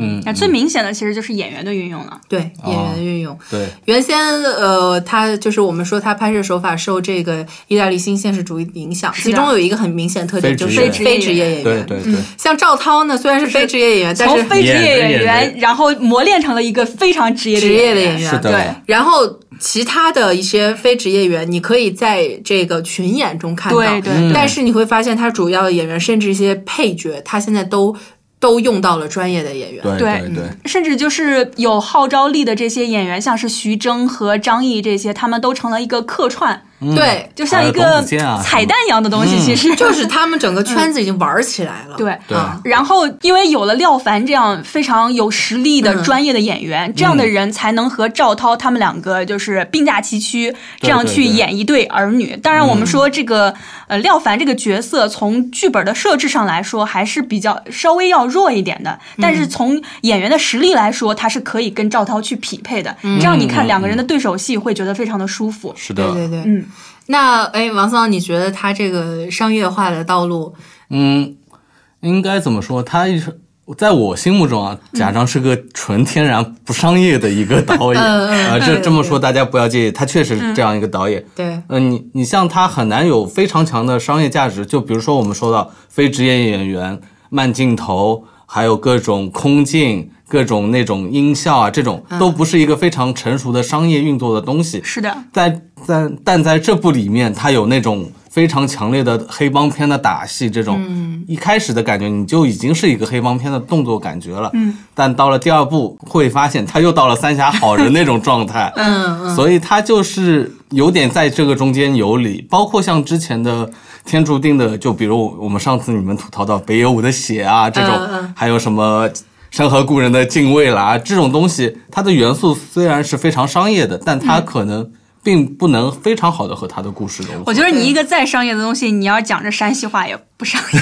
Speaker 4: 嗯，
Speaker 3: 啊，最明显的其实就是演员的运用了。
Speaker 2: 对演员
Speaker 4: 哦
Speaker 2: 的运用。
Speaker 4: 对，
Speaker 2: 原先呃，他就是我们说他拍摄手法受这个意大利新现实主义的影响，
Speaker 3: 的
Speaker 2: 其中有一个很明显的特点
Speaker 4: 非职
Speaker 2: 就是
Speaker 4: 业
Speaker 2: 非职业演员。嗯
Speaker 4: 对对对，
Speaker 2: 像赵涛呢，虽然是非职业演员，但
Speaker 3: 从
Speaker 2: 是
Speaker 3: 非职业演
Speaker 4: 演员
Speaker 3: 员，然后磨练成了一个非常职业
Speaker 2: 职业的演
Speaker 3: 员。
Speaker 2: 员。
Speaker 4: 是的，
Speaker 3: 对
Speaker 2: 然后其他的一些非职业演员，你可以在这个群演中看到，
Speaker 3: 对对对
Speaker 2: 但是你会发现他主要的演员，甚至一些配角，他现在都都用到了专业的演员。
Speaker 4: 对
Speaker 3: 对
Speaker 4: 对对，
Speaker 3: 甚至就是有号召力的这些演员，像是徐峥和张译这些，他们都成了一个客串，
Speaker 2: 对
Speaker 3: 就像一
Speaker 4: 还有
Speaker 3: 个
Speaker 4: 董子健啊
Speaker 3: 彩蛋一样的东西。其实
Speaker 2: 就是他们整个圈子已经玩起来了。
Speaker 3: 对
Speaker 4: 对
Speaker 2: 啊
Speaker 3: 然后，因为有了廖凡这样非常有实力的
Speaker 2: 嗯
Speaker 3: 专业的演员，这样的人才能和赵涛他们两个就是并驾齐驱，这样去演一对嗯儿女。当然，我们说这个、呃廖凡这个角色从剧本的设置上来说还是比较稍微要弱一点的，但是从演员的实力来说，他是可以跟赵涛去匹配的。这样你看两个人的对手戏会觉得非常的舒服。
Speaker 4: 是
Speaker 2: 对
Speaker 4: 的，
Speaker 2: 对对，
Speaker 3: 嗯，
Speaker 2: 那哎，王思旺，你觉得他这个商业化的道路，
Speaker 4: 嗯，应该怎么说？他一直在我心目中啊，贾樟是个纯天然不商业的一个导演
Speaker 2: 嗯嗯
Speaker 4: 啊，
Speaker 2: 嗯
Speaker 4: 这
Speaker 2: 对
Speaker 4: 这么说大家不要介意，他确实是这样一个导演。
Speaker 2: 对，
Speaker 4: 嗯，你你像他很难有非常强的商业价值，就比如说我们说到非职业演员、慢镜头，还有各种空镜、各种那种音效啊，这种
Speaker 2: 嗯
Speaker 4: 都不是一个非常成熟的商业运作的东西。
Speaker 3: 是的，
Speaker 4: 在在但在这部里面，它有那种非常强烈的黑帮片的打戏，这种一开始的感觉你就已经是一个黑帮片的动作感觉了。嗯，但到了第二部会发现他又到了三峡好人那种状态。 嗯嗯，所以他就是有点在这个中间游离，包括像之前的。天注定的，就比如我们上次你们吐槽到北野武的血啊，这种，
Speaker 2: 嗯嗯
Speaker 4: 还有什么山河故人的敬畏啦，这种东西，它的元素虽然是非常商业的，但它可能并不能非常好的和它的故事融合
Speaker 3: 我。觉得你一个再商业的东西，你要讲着山西话也不商业。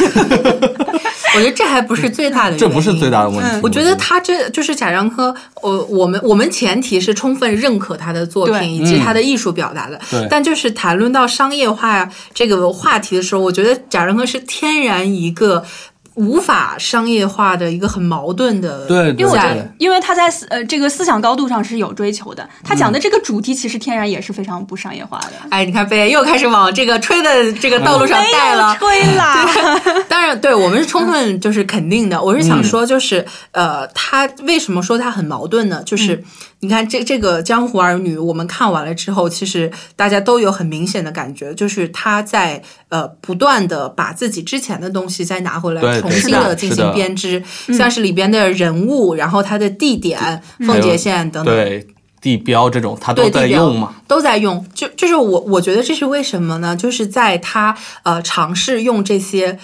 Speaker 2: 我觉得这还不是最大的，
Speaker 4: 这不是最。大的问题。
Speaker 2: 嗯我觉得他这就是贾樟柯，呃，我们我们前提是充分认可他的作
Speaker 3: 对
Speaker 2: 品以及他的艺术表达的，
Speaker 4: 嗯对
Speaker 2: 但就是谈论到商业化这个话题的时候，我觉得贾樟柯是天然一个无法商业化的一个很矛盾的，
Speaker 4: 对对
Speaker 3: 因为我觉
Speaker 4: 对
Speaker 3: 得，因为他在思呃这个思想高度上是有追求的，他讲的这个主题其实天然也是非常不商业化的。
Speaker 2: 哎，你看贝爷又开始往这个吹的这个道路上带了，
Speaker 3: 吹 啦，
Speaker 2: 当然，对我们是充分就是肯定的。我是想说，就是、呃，他为什么说他很矛盾呢？就是、你看这这个《江湖儿女》，我们看完了之后，其实大家都有很明显的感觉，就是他在呃不断的把自己之前的东西再拿回来，
Speaker 4: 对
Speaker 2: 重
Speaker 4: 对
Speaker 2: 新
Speaker 4: 是的
Speaker 2: 地进
Speaker 4: 是
Speaker 2: 行
Speaker 4: 的
Speaker 2: 编织，像是里边的人物，然后他的地点、奉节县等等。
Speaker 4: 对地标这种，它
Speaker 2: 对
Speaker 4: 都在
Speaker 2: 地标
Speaker 4: 用嘛。
Speaker 2: 都在用，就就是我我觉得这是为什么呢？就是在他呃尝试用这些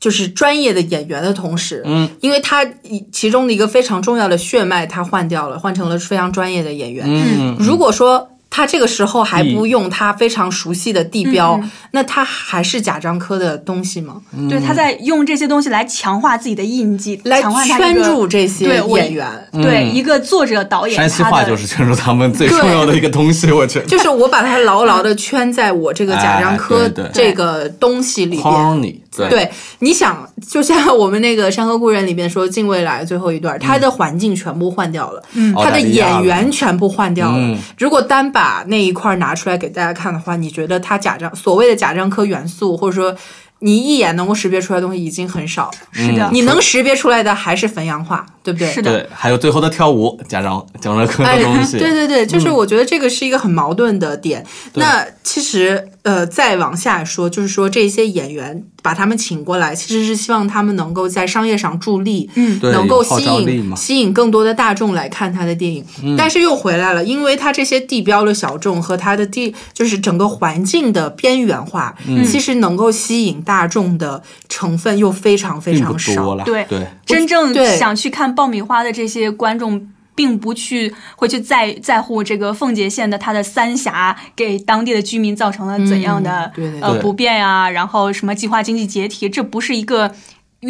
Speaker 2: 就是专业的演员的同时，
Speaker 4: 嗯，
Speaker 2: 因为他以其中的一个非常重要的血脉他换掉了，换成了非常专业的演员。
Speaker 4: 嗯，
Speaker 2: 如果说他这个时候还不用他非常熟悉的地标，
Speaker 3: 嗯
Speaker 2: 那他还是贾樟柯的东西吗？
Speaker 3: 对，他在用这些东西来强化自己的印记，
Speaker 2: 来
Speaker 3: 强化他这
Speaker 2: 圈
Speaker 3: 个
Speaker 2: 住这些
Speaker 3: 对我
Speaker 2: 演员。
Speaker 3: 对一个作者导演，
Speaker 4: 山西话
Speaker 3: 他的
Speaker 4: 就是圈住他们最重要的一个东西，我觉得。
Speaker 2: 就是我把它牢牢的圈在我这个贾樟柯
Speaker 4: 哎对对
Speaker 2: 这个东西里边，
Speaker 4: 框你对
Speaker 2: 对，你想，就像我们那个《山河故人》里面说，近未来最后一段，他的环境全部换掉了，他的演员全部换掉了。
Speaker 4: 嗯
Speaker 2: 如果单把那一块拿出来给大家看的话，你觉得他假张所谓的假张科元素，或者说你一眼能够识别出来的东西已经很少了，
Speaker 3: 是的，
Speaker 2: 你能识别出来的还是汾阳话，对不对？
Speaker 3: 是的
Speaker 4: 对，还有最后的跳舞，贾樟贾樟柯
Speaker 2: 哎，
Speaker 4: 的东西，嗯
Speaker 2: 对对对，就是我觉得这个是一个很矛盾的点。那其实呃，再往下说，就是说这些演员把他们请过来，其实是希望他们能够在商业上助力，嗯，
Speaker 4: 对
Speaker 2: 能够
Speaker 4: 有号
Speaker 2: 吸
Speaker 4: 召力
Speaker 2: 引
Speaker 4: 嘛
Speaker 2: 吸引更多的大众来看他的电影。
Speaker 4: 嗯
Speaker 2: 但是又回来了，因为他这些地标的小众和他的地就是整个环境的边缘化，
Speaker 4: 嗯
Speaker 2: 其实能够吸引大众的成分又非常非
Speaker 4: 并不
Speaker 2: 常
Speaker 4: 多
Speaker 2: 少。
Speaker 4: 了，
Speaker 3: 对
Speaker 4: 对，
Speaker 3: 真正
Speaker 2: 对
Speaker 3: 想去看爆米花的这些观众。并不去会去在在乎这个奉节县的它的三峡给当地的居民造成了怎样
Speaker 2: 嗯
Speaker 3: 的、
Speaker 2: 对对
Speaker 3: 呃
Speaker 4: 对
Speaker 3: 不便呀、然后什么计划经济解体，这不是一个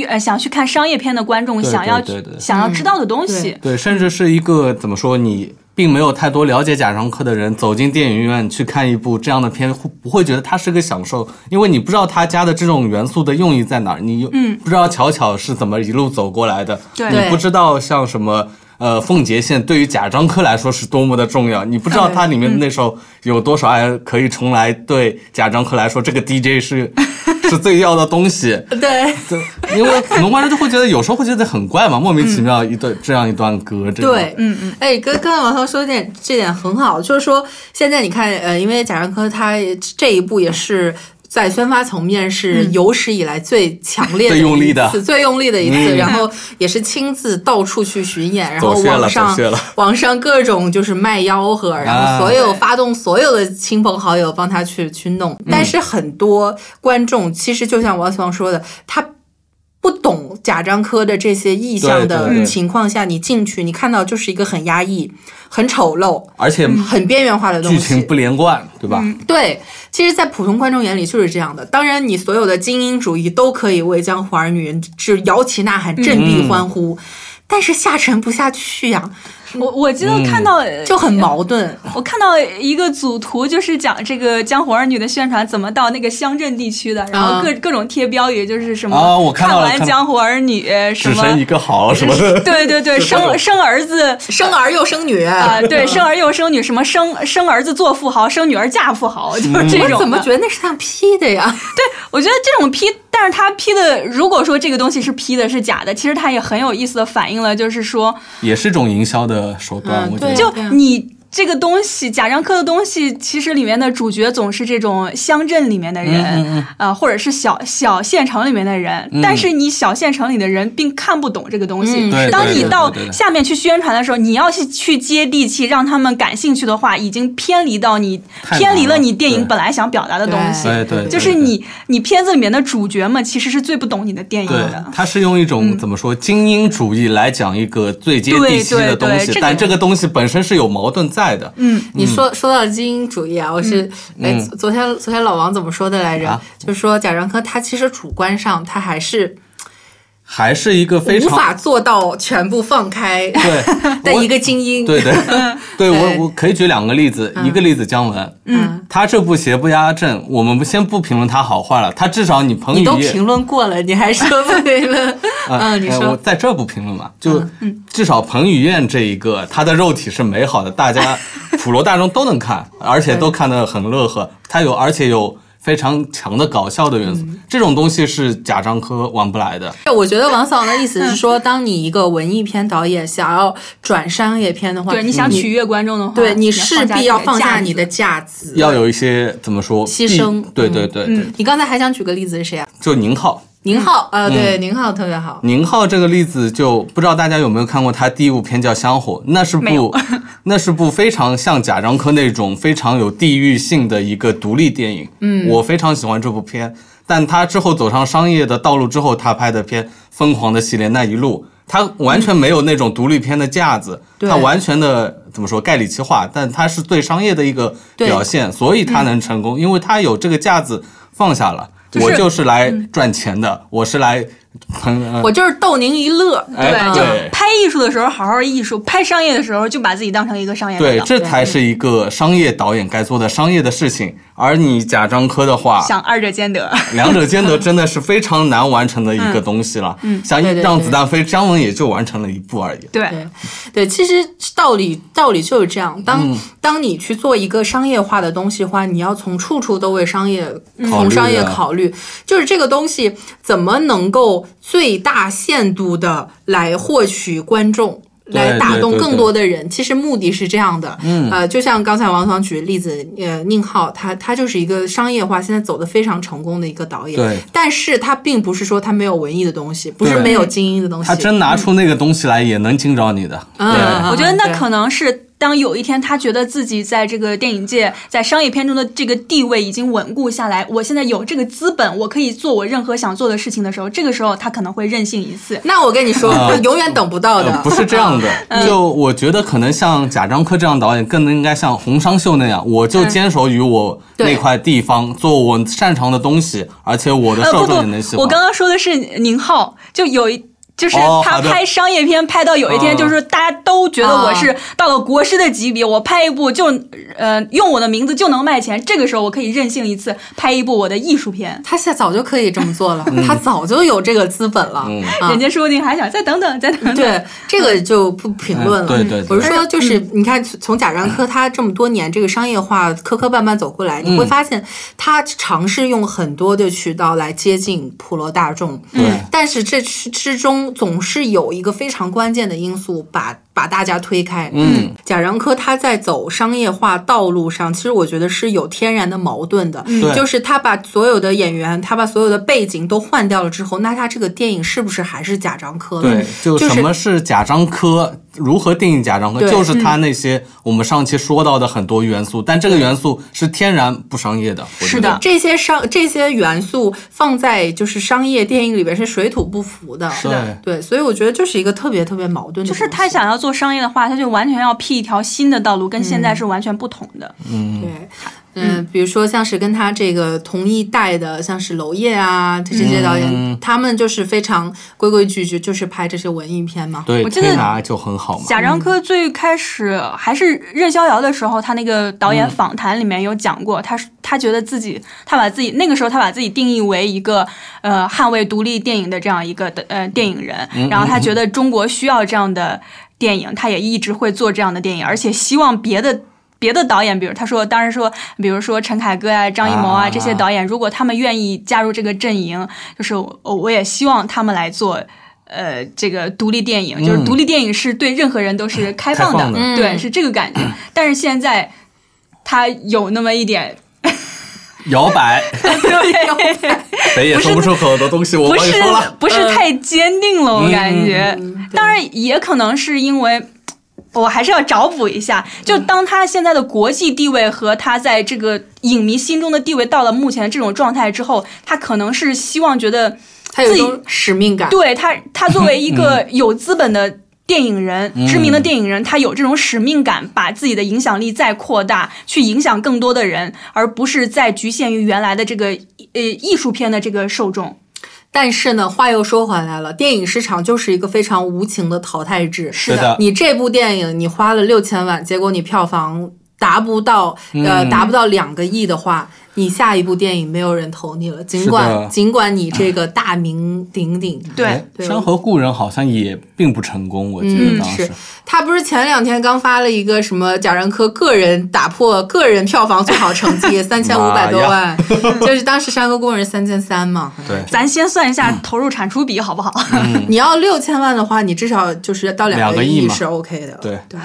Speaker 3: 呃想去看商业片的观众
Speaker 4: 对
Speaker 3: 想要
Speaker 4: 对对对
Speaker 3: 想要知道的东西。
Speaker 4: 对，甚至是一个怎么说，你并没有太多了解贾樟柯的人走进电影院去看一部这样的片，会不会觉得它是个享受？因为你不知道他加的这种元素的用意在哪儿，你又不知道巧巧是怎么一路走过来的，
Speaker 3: 对
Speaker 4: 你不知道像什么。呃，奉节线对于贾樟柯来说是多么的重要，你不知道它里面那首有多少爱可以重来。对贾樟柯来说，这个 DJ 是是最要的东西。
Speaker 2: 对。
Speaker 4: 对，因 为可能观众就会觉得有时候会觉得很怪嘛，莫名其妙一段、这样一段歌，这种
Speaker 2: 对，嗯嗯，哎，跟刚才王涛说的点这点很好，就是说现在你看，呃，因为贾樟柯他这一步也是。在宣发层面是有史以来最强烈的一次、
Speaker 4: 最用力的
Speaker 2: 最用力的一次，
Speaker 4: 嗯
Speaker 2: 然后也是亲自到处去巡演，然后
Speaker 4: 走穴了
Speaker 2: 网上
Speaker 4: 走穴了啊
Speaker 2: 网上各种就是卖吆喝，然后所有发动所有的亲朋好友帮他去去弄，
Speaker 4: 嗯
Speaker 2: 但是很多观众其实就像王思王说的，他不懂贾樟柯的这些意象
Speaker 4: 对对
Speaker 2: 的
Speaker 3: 嗯
Speaker 4: 对
Speaker 2: 情况下，你进去，你看到就是一个很压抑、很丑陋、
Speaker 4: 而且
Speaker 3: 嗯
Speaker 2: 很边缘化的东
Speaker 4: 剧情
Speaker 2: 西
Speaker 4: 不。连贯，对吧？
Speaker 2: 对，其实，在普通观众眼里就是这样的。当然，你所有的精英主义都可以为江湖儿女是摇旗呐喊、振臂欢呼，
Speaker 3: 嗯
Speaker 2: 但是下沉不下去呀、
Speaker 4: 嗯
Speaker 3: 我我记得看到、
Speaker 2: 就很矛盾。
Speaker 3: 我看到一个组图，就是讲这个《江湖儿女》的宣传怎么到那个乡镇地区的，然后各、各种贴标语，就是什么、
Speaker 4: 啊我看到了
Speaker 3: 完《
Speaker 4: 看到
Speaker 3: 江湖儿女》什
Speaker 4: 只
Speaker 3: 么
Speaker 4: 生一个好什么 的，
Speaker 3: 对对对，生生儿子。
Speaker 2: 生儿又生女，
Speaker 3: 啊、对，生儿又生女，什么生生儿子做富豪，生女儿嫁富豪，就是这种的。
Speaker 2: 我怎么觉得那是像 P 的呀？
Speaker 3: 我觉得这种 P，但是他 P 的，如果说这个东西是 P 的，是假的，其实他也很有意思的反映了，就是说，
Speaker 4: 也是一种营销的手段，
Speaker 2: 嗯
Speaker 4: 我觉得。
Speaker 2: 对
Speaker 3: 就
Speaker 2: 啊
Speaker 3: 你这个东西，贾樟柯的东西，其实里面的主角总是这种乡镇里面的
Speaker 4: 嗯
Speaker 3: 人啊、呃或者是小小县城里面的人。但是你小县城里的人并看不懂这个东西。
Speaker 4: 嗯对
Speaker 3: 当
Speaker 4: 对
Speaker 3: 你
Speaker 4: 对
Speaker 3: 到
Speaker 4: 对对
Speaker 3: 下面去宣传的时候，你要是去接地气，让他们感兴趣的话，已经偏离到你
Speaker 4: 太难
Speaker 3: 偏离了
Speaker 4: 了
Speaker 3: 你电影
Speaker 4: 对
Speaker 3: 本来想表达的东西。
Speaker 4: 对对对
Speaker 3: 就是你你片子里面的主角们其实是最不懂你的电影
Speaker 4: 对
Speaker 3: 的，。
Speaker 4: 他是用一种怎么说精英主义来讲一个最接地气
Speaker 3: 对
Speaker 4: 的
Speaker 3: 对对
Speaker 4: 东西
Speaker 3: 这，个
Speaker 4: 但这个东西本身是有矛盾在的。嗯，
Speaker 2: 你说说到精英主义啊，我是哎，昨昨天昨天老王怎么说的来着
Speaker 4: 啊？
Speaker 2: 就是说贾樟柯他其实主观上他还是
Speaker 4: 还是一个非
Speaker 2: 无
Speaker 4: 常
Speaker 2: 法做到全部放开
Speaker 4: 对
Speaker 2: 的
Speaker 4: 我
Speaker 2: 一个精英。
Speaker 4: 对对
Speaker 2: 对
Speaker 4: 对，我我可以举两个例子，一个例子姜文，
Speaker 2: 嗯，
Speaker 4: 他这部《邪不压正》，我们先不评论他好坏了，他至少你彭
Speaker 2: 你
Speaker 4: 于
Speaker 2: 都
Speaker 4: 晏
Speaker 2: 评。论过了，你还 说不评论？
Speaker 4: 呃
Speaker 2: 嗯，你
Speaker 4: 呃我
Speaker 2: 说嗯
Speaker 4: 在这不评论嘛，就至少彭于晏这一个，他的肉体是美好的，大家普罗大众都能看，而且都看得很 乐呵。他有，而且有非常强的搞笑的元
Speaker 2: 嗯
Speaker 4: 素，这种东西是贾樟柯玩不来的。
Speaker 2: 我觉得王嫂的意思是
Speaker 4: 嗯
Speaker 2: 说，当你一个文艺片导演想要转商业片的话，
Speaker 3: 对，你
Speaker 4: 嗯
Speaker 3: 想取悦观众的话，
Speaker 2: 对你
Speaker 3: 要
Speaker 2: 势
Speaker 3: 下
Speaker 2: 必
Speaker 3: 这
Speaker 2: 要
Speaker 3: 个
Speaker 2: 放
Speaker 3: 架
Speaker 2: 下
Speaker 3: 子
Speaker 2: 你的架子。
Speaker 4: 要有一些怎么说
Speaker 2: 牺
Speaker 4: 避
Speaker 2: 牲嗯
Speaker 4: 对对对，对
Speaker 2: 你刚才还想举个例子是谁啊？
Speaker 4: 就宁浩，
Speaker 2: 宁浩，
Speaker 4: 嗯
Speaker 2: 呃，对，宁浩特别好。
Speaker 4: 宁浩这个例子就不知道大家有没有看过他第一部片叫《香火》，那是
Speaker 3: 没
Speaker 4: 部
Speaker 3: 有
Speaker 4: 那是部非常像贾樟柯那种非常有地域性的一个独立电影。嗯，我非常喜欢这部片，但他之后走上商业的道路之后，他拍的片《疯狂的系列》那一路，他完全没有那种独立片的架子，
Speaker 2: 对
Speaker 4: 他完全的怎么说概里奇化，但他是对商业的一个
Speaker 2: 对
Speaker 4: 表现，所以他能成功，因为他有这个架子放下了。
Speaker 3: 是
Speaker 4: 我就是来赚钱的，我是来，嗯，呃
Speaker 2: 我就是逗您一乐，
Speaker 4: 哎
Speaker 3: 对，就
Speaker 4: 对
Speaker 3: 拍艺术的时候好好艺术，拍商业的时候就把自己当成一个商业
Speaker 4: 对，
Speaker 3: 领导。
Speaker 4: 这才是一个商业导演该做的商业的事情。而你贾樟柯的话，
Speaker 3: 想二者兼得，
Speaker 4: 两者兼得真的是非常难完成的一个东西了。嗯，像
Speaker 2: 对对
Speaker 4: 《
Speaker 2: 对
Speaker 4: 让子弹飞》，姜文也就完成了一部而已。
Speaker 3: 对
Speaker 2: 对，对，其实道理道理就是这样。当、
Speaker 4: 嗯
Speaker 2: 当你去做一个商业化的东西的话，你要从处处都为商业、
Speaker 4: 考虑
Speaker 2: 从商业
Speaker 4: 啊
Speaker 2: 考虑，就是这个东西怎么能够最大限度的来获取观众。来
Speaker 4: 对
Speaker 2: 打
Speaker 4: 对
Speaker 2: 动
Speaker 4: 对
Speaker 2: 更
Speaker 4: 对
Speaker 2: 多的人，其实目的是这样的，嗯，呃，就像刚才王爽举的例子，呃，宁浩他他就是一个商业化现在走的非常成功的一个导演，
Speaker 4: 对
Speaker 2: 但是他并不是说他没有文艺的东西，不是
Speaker 4: 对
Speaker 2: 没有精英的东西，
Speaker 4: 他真拿出那个东西来，也能惊着你的。
Speaker 2: 嗯，嗯，
Speaker 3: 我觉得
Speaker 2: 嗯
Speaker 3: 那
Speaker 2: 对
Speaker 3: 可能是。当有一天他觉得自己在这个电影界，在商业片中的这个地位已经稳固下来，我现在有这个资本，我可以做我任何想做的事情的时候，这个时候他可能会任性一次。
Speaker 2: 那我跟你说，永远等不到的
Speaker 4: 啊呃，。不是这样的，就我觉得可能像贾樟柯这样导演，更应该像洪尚秀那样，我就坚守于我
Speaker 2: 对
Speaker 4: 那块地方，做我擅长的东西，而且我的
Speaker 3: 呃，
Speaker 4: 受
Speaker 3: 不
Speaker 4: 众也能喜
Speaker 3: 不，
Speaker 4: 欢。
Speaker 3: 我刚刚说的是宁浩，就有一。就是
Speaker 4: 哦
Speaker 3: 他
Speaker 4: 好的
Speaker 3: 拍商业片，拍到有一天，
Speaker 4: 嗯
Speaker 3: 就是大家都觉得
Speaker 2: 哦
Speaker 3: 我是到了国师的级别，我拍一部就，呃，用我的名字就能卖钱。这个时候，我可以任性一次，拍一部我的艺术片。
Speaker 2: 他现在早就可以这么做了，
Speaker 4: 嗯
Speaker 2: 他早就有这个资本了。啊
Speaker 3: 人家说不定还想再等等，再等等。
Speaker 2: 对这个就不评论了。
Speaker 4: 嗯对对对嗯
Speaker 2: 我是说，就是你看，从从贾樟柯他这么多年这个商业化磕磕绊绊走过来，你会发现他尝试用很多的渠道来接近普罗大众，
Speaker 4: 对
Speaker 2: 但是这之之中总是有一个非常关键的因素把把大家推开。嗯，贾樟柯他在走商业化道路上，其实我觉得是有天然的矛盾的，
Speaker 4: 对
Speaker 2: 就是他把所有的演员，他把所有的背景都换掉了之后，那他这个电影是不是还是贾樟柯呢？
Speaker 4: 对，就
Speaker 2: 嗯就是
Speaker 4: 什么是贾樟柯，如何定义贾樟柯，
Speaker 2: 对
Speaker 4: 就是他那些我们上期说到的很多元素，但这个元素是天然不商业的。我觉
Speaker 3: 是
Speaker 4: 得
Speaker 3: 的，
Speaker 2: 这些商这些元素放在就是商业电影里边是水土不服的，
Speaker 4: 是的
Speaker 2: 对，所以我觉得就是一个特别特别矛盾的东
Speaker 3: 就
Speaker 2: 西，
Speaker 3: 是他想要做商业的话，他就完全要辟一条新的道路，跟现
Speaker 4: 嗯
Speaker 3: 在是完全不同的。
Speaker 2: 对。嗯，比如说像是跟他这个同一代的，像是娄烨啊这这些导演，
Speaker 4: 嗯
Speaker 2: 他们就是非常规规矩矩，就是拍这些文艺片嘛。
Speaker 4: 对，
Speaker 3: 我记得
Speaker 4: 推拿就很好嘛。
Speaker 3: 贾樟柯最开始还是任逍遥的时候，他那个导
Speaker 4: 嗯
Speaker 3: 演访谈里面有讲过，他是他觉得自己，他把自己那个时候他把自己定义为一个呃捍卫独立电影的这样一个的呃电影人，
Speaker 4: 嗯
Speaker 3: 然后他觉得中国需要这样的电影，他也一直会做这样的电影，而且希望别的。别的导演，比如他说，当然说，比如说陈凯歌啊、张艺谋啊
Speaker 4: 啊
Speaker 3: 这些导演，如果他们愿意加入这个阵营，就是我我也希望他们来做呃，这个独立电影，就是独立电影是对任何人都是开放的，
Speaker 4: 嗯开放的嗯
Speaker 3: 对，是这个感觉。但是现在它有那么一 点，
Speaker 4: 摇摆，
Speaker 3: 对，
Speaker 4: 谁也说不出口的东西，我
Speaker 3: 不
Speaker 4: 帮你
Speaker 3: 是
Speaker 4: 说了。嗯
Speaker 3: 不是太坚定了，我感觉。当然也可能是因为。我还是要找补一下，就当他现在的国际地位和他在这个影迷心中的地位到了目前这种状态之后，他可能是希望觉得
Speaker 2: 他有一
Speaker 3: 自己
Speaker 2: 种使命感，
Speaker 3: 对他，他作为一个
Speaker 2: 嗯
Speaker 3: 有资本的电影人，知名的电影人，他有这种使命感，把自己的影响力再扩大，去影响更多的人，而不是再局限于原来的这个呃艺术片的这个受众。
Speaker 2: 但是呢，话又说回来了，电影市场就是一个非常无情的淘汰制。
Speaker 3: 是
Speaker 4: 是的
Speaker 2: 你这部电影你花了六千万，结果你票房达不到、呃
Speaker 4: 嗯
Speaker 2: 达不到两个亿的话，你下一部电影没有人投你了。尽
Speaker 4: 是
Speaker 2: 管
Speaker 4: 的嗯
Speaker 2: 尽管你这个大名鼎鼎，
Speaker 3: 对，
Speaker 2: 对
Speaker 4: 哎山河故人好像也并不成功，我记
Speaker 2: 嗯
Speaker 4: 得当时
Speaker 2: 是。 他不是前两天刚发了一个什么贾樟柯个人打破个人票房最好成 绩三千五百多万，就是当时《山河故人》三千三嘛。
Speaker 4: 对，
Speaker 3: 咱先算一下投入产出比好不好？
Speaker 2: 你要六千万的话，你至少就是到
Speaker 4: 两
Speaker 2: 个
Speaker 4: 个亿嘛
Speaker 2: 是 OK 的。
Speaker 4: 对
Speaker 2: 对。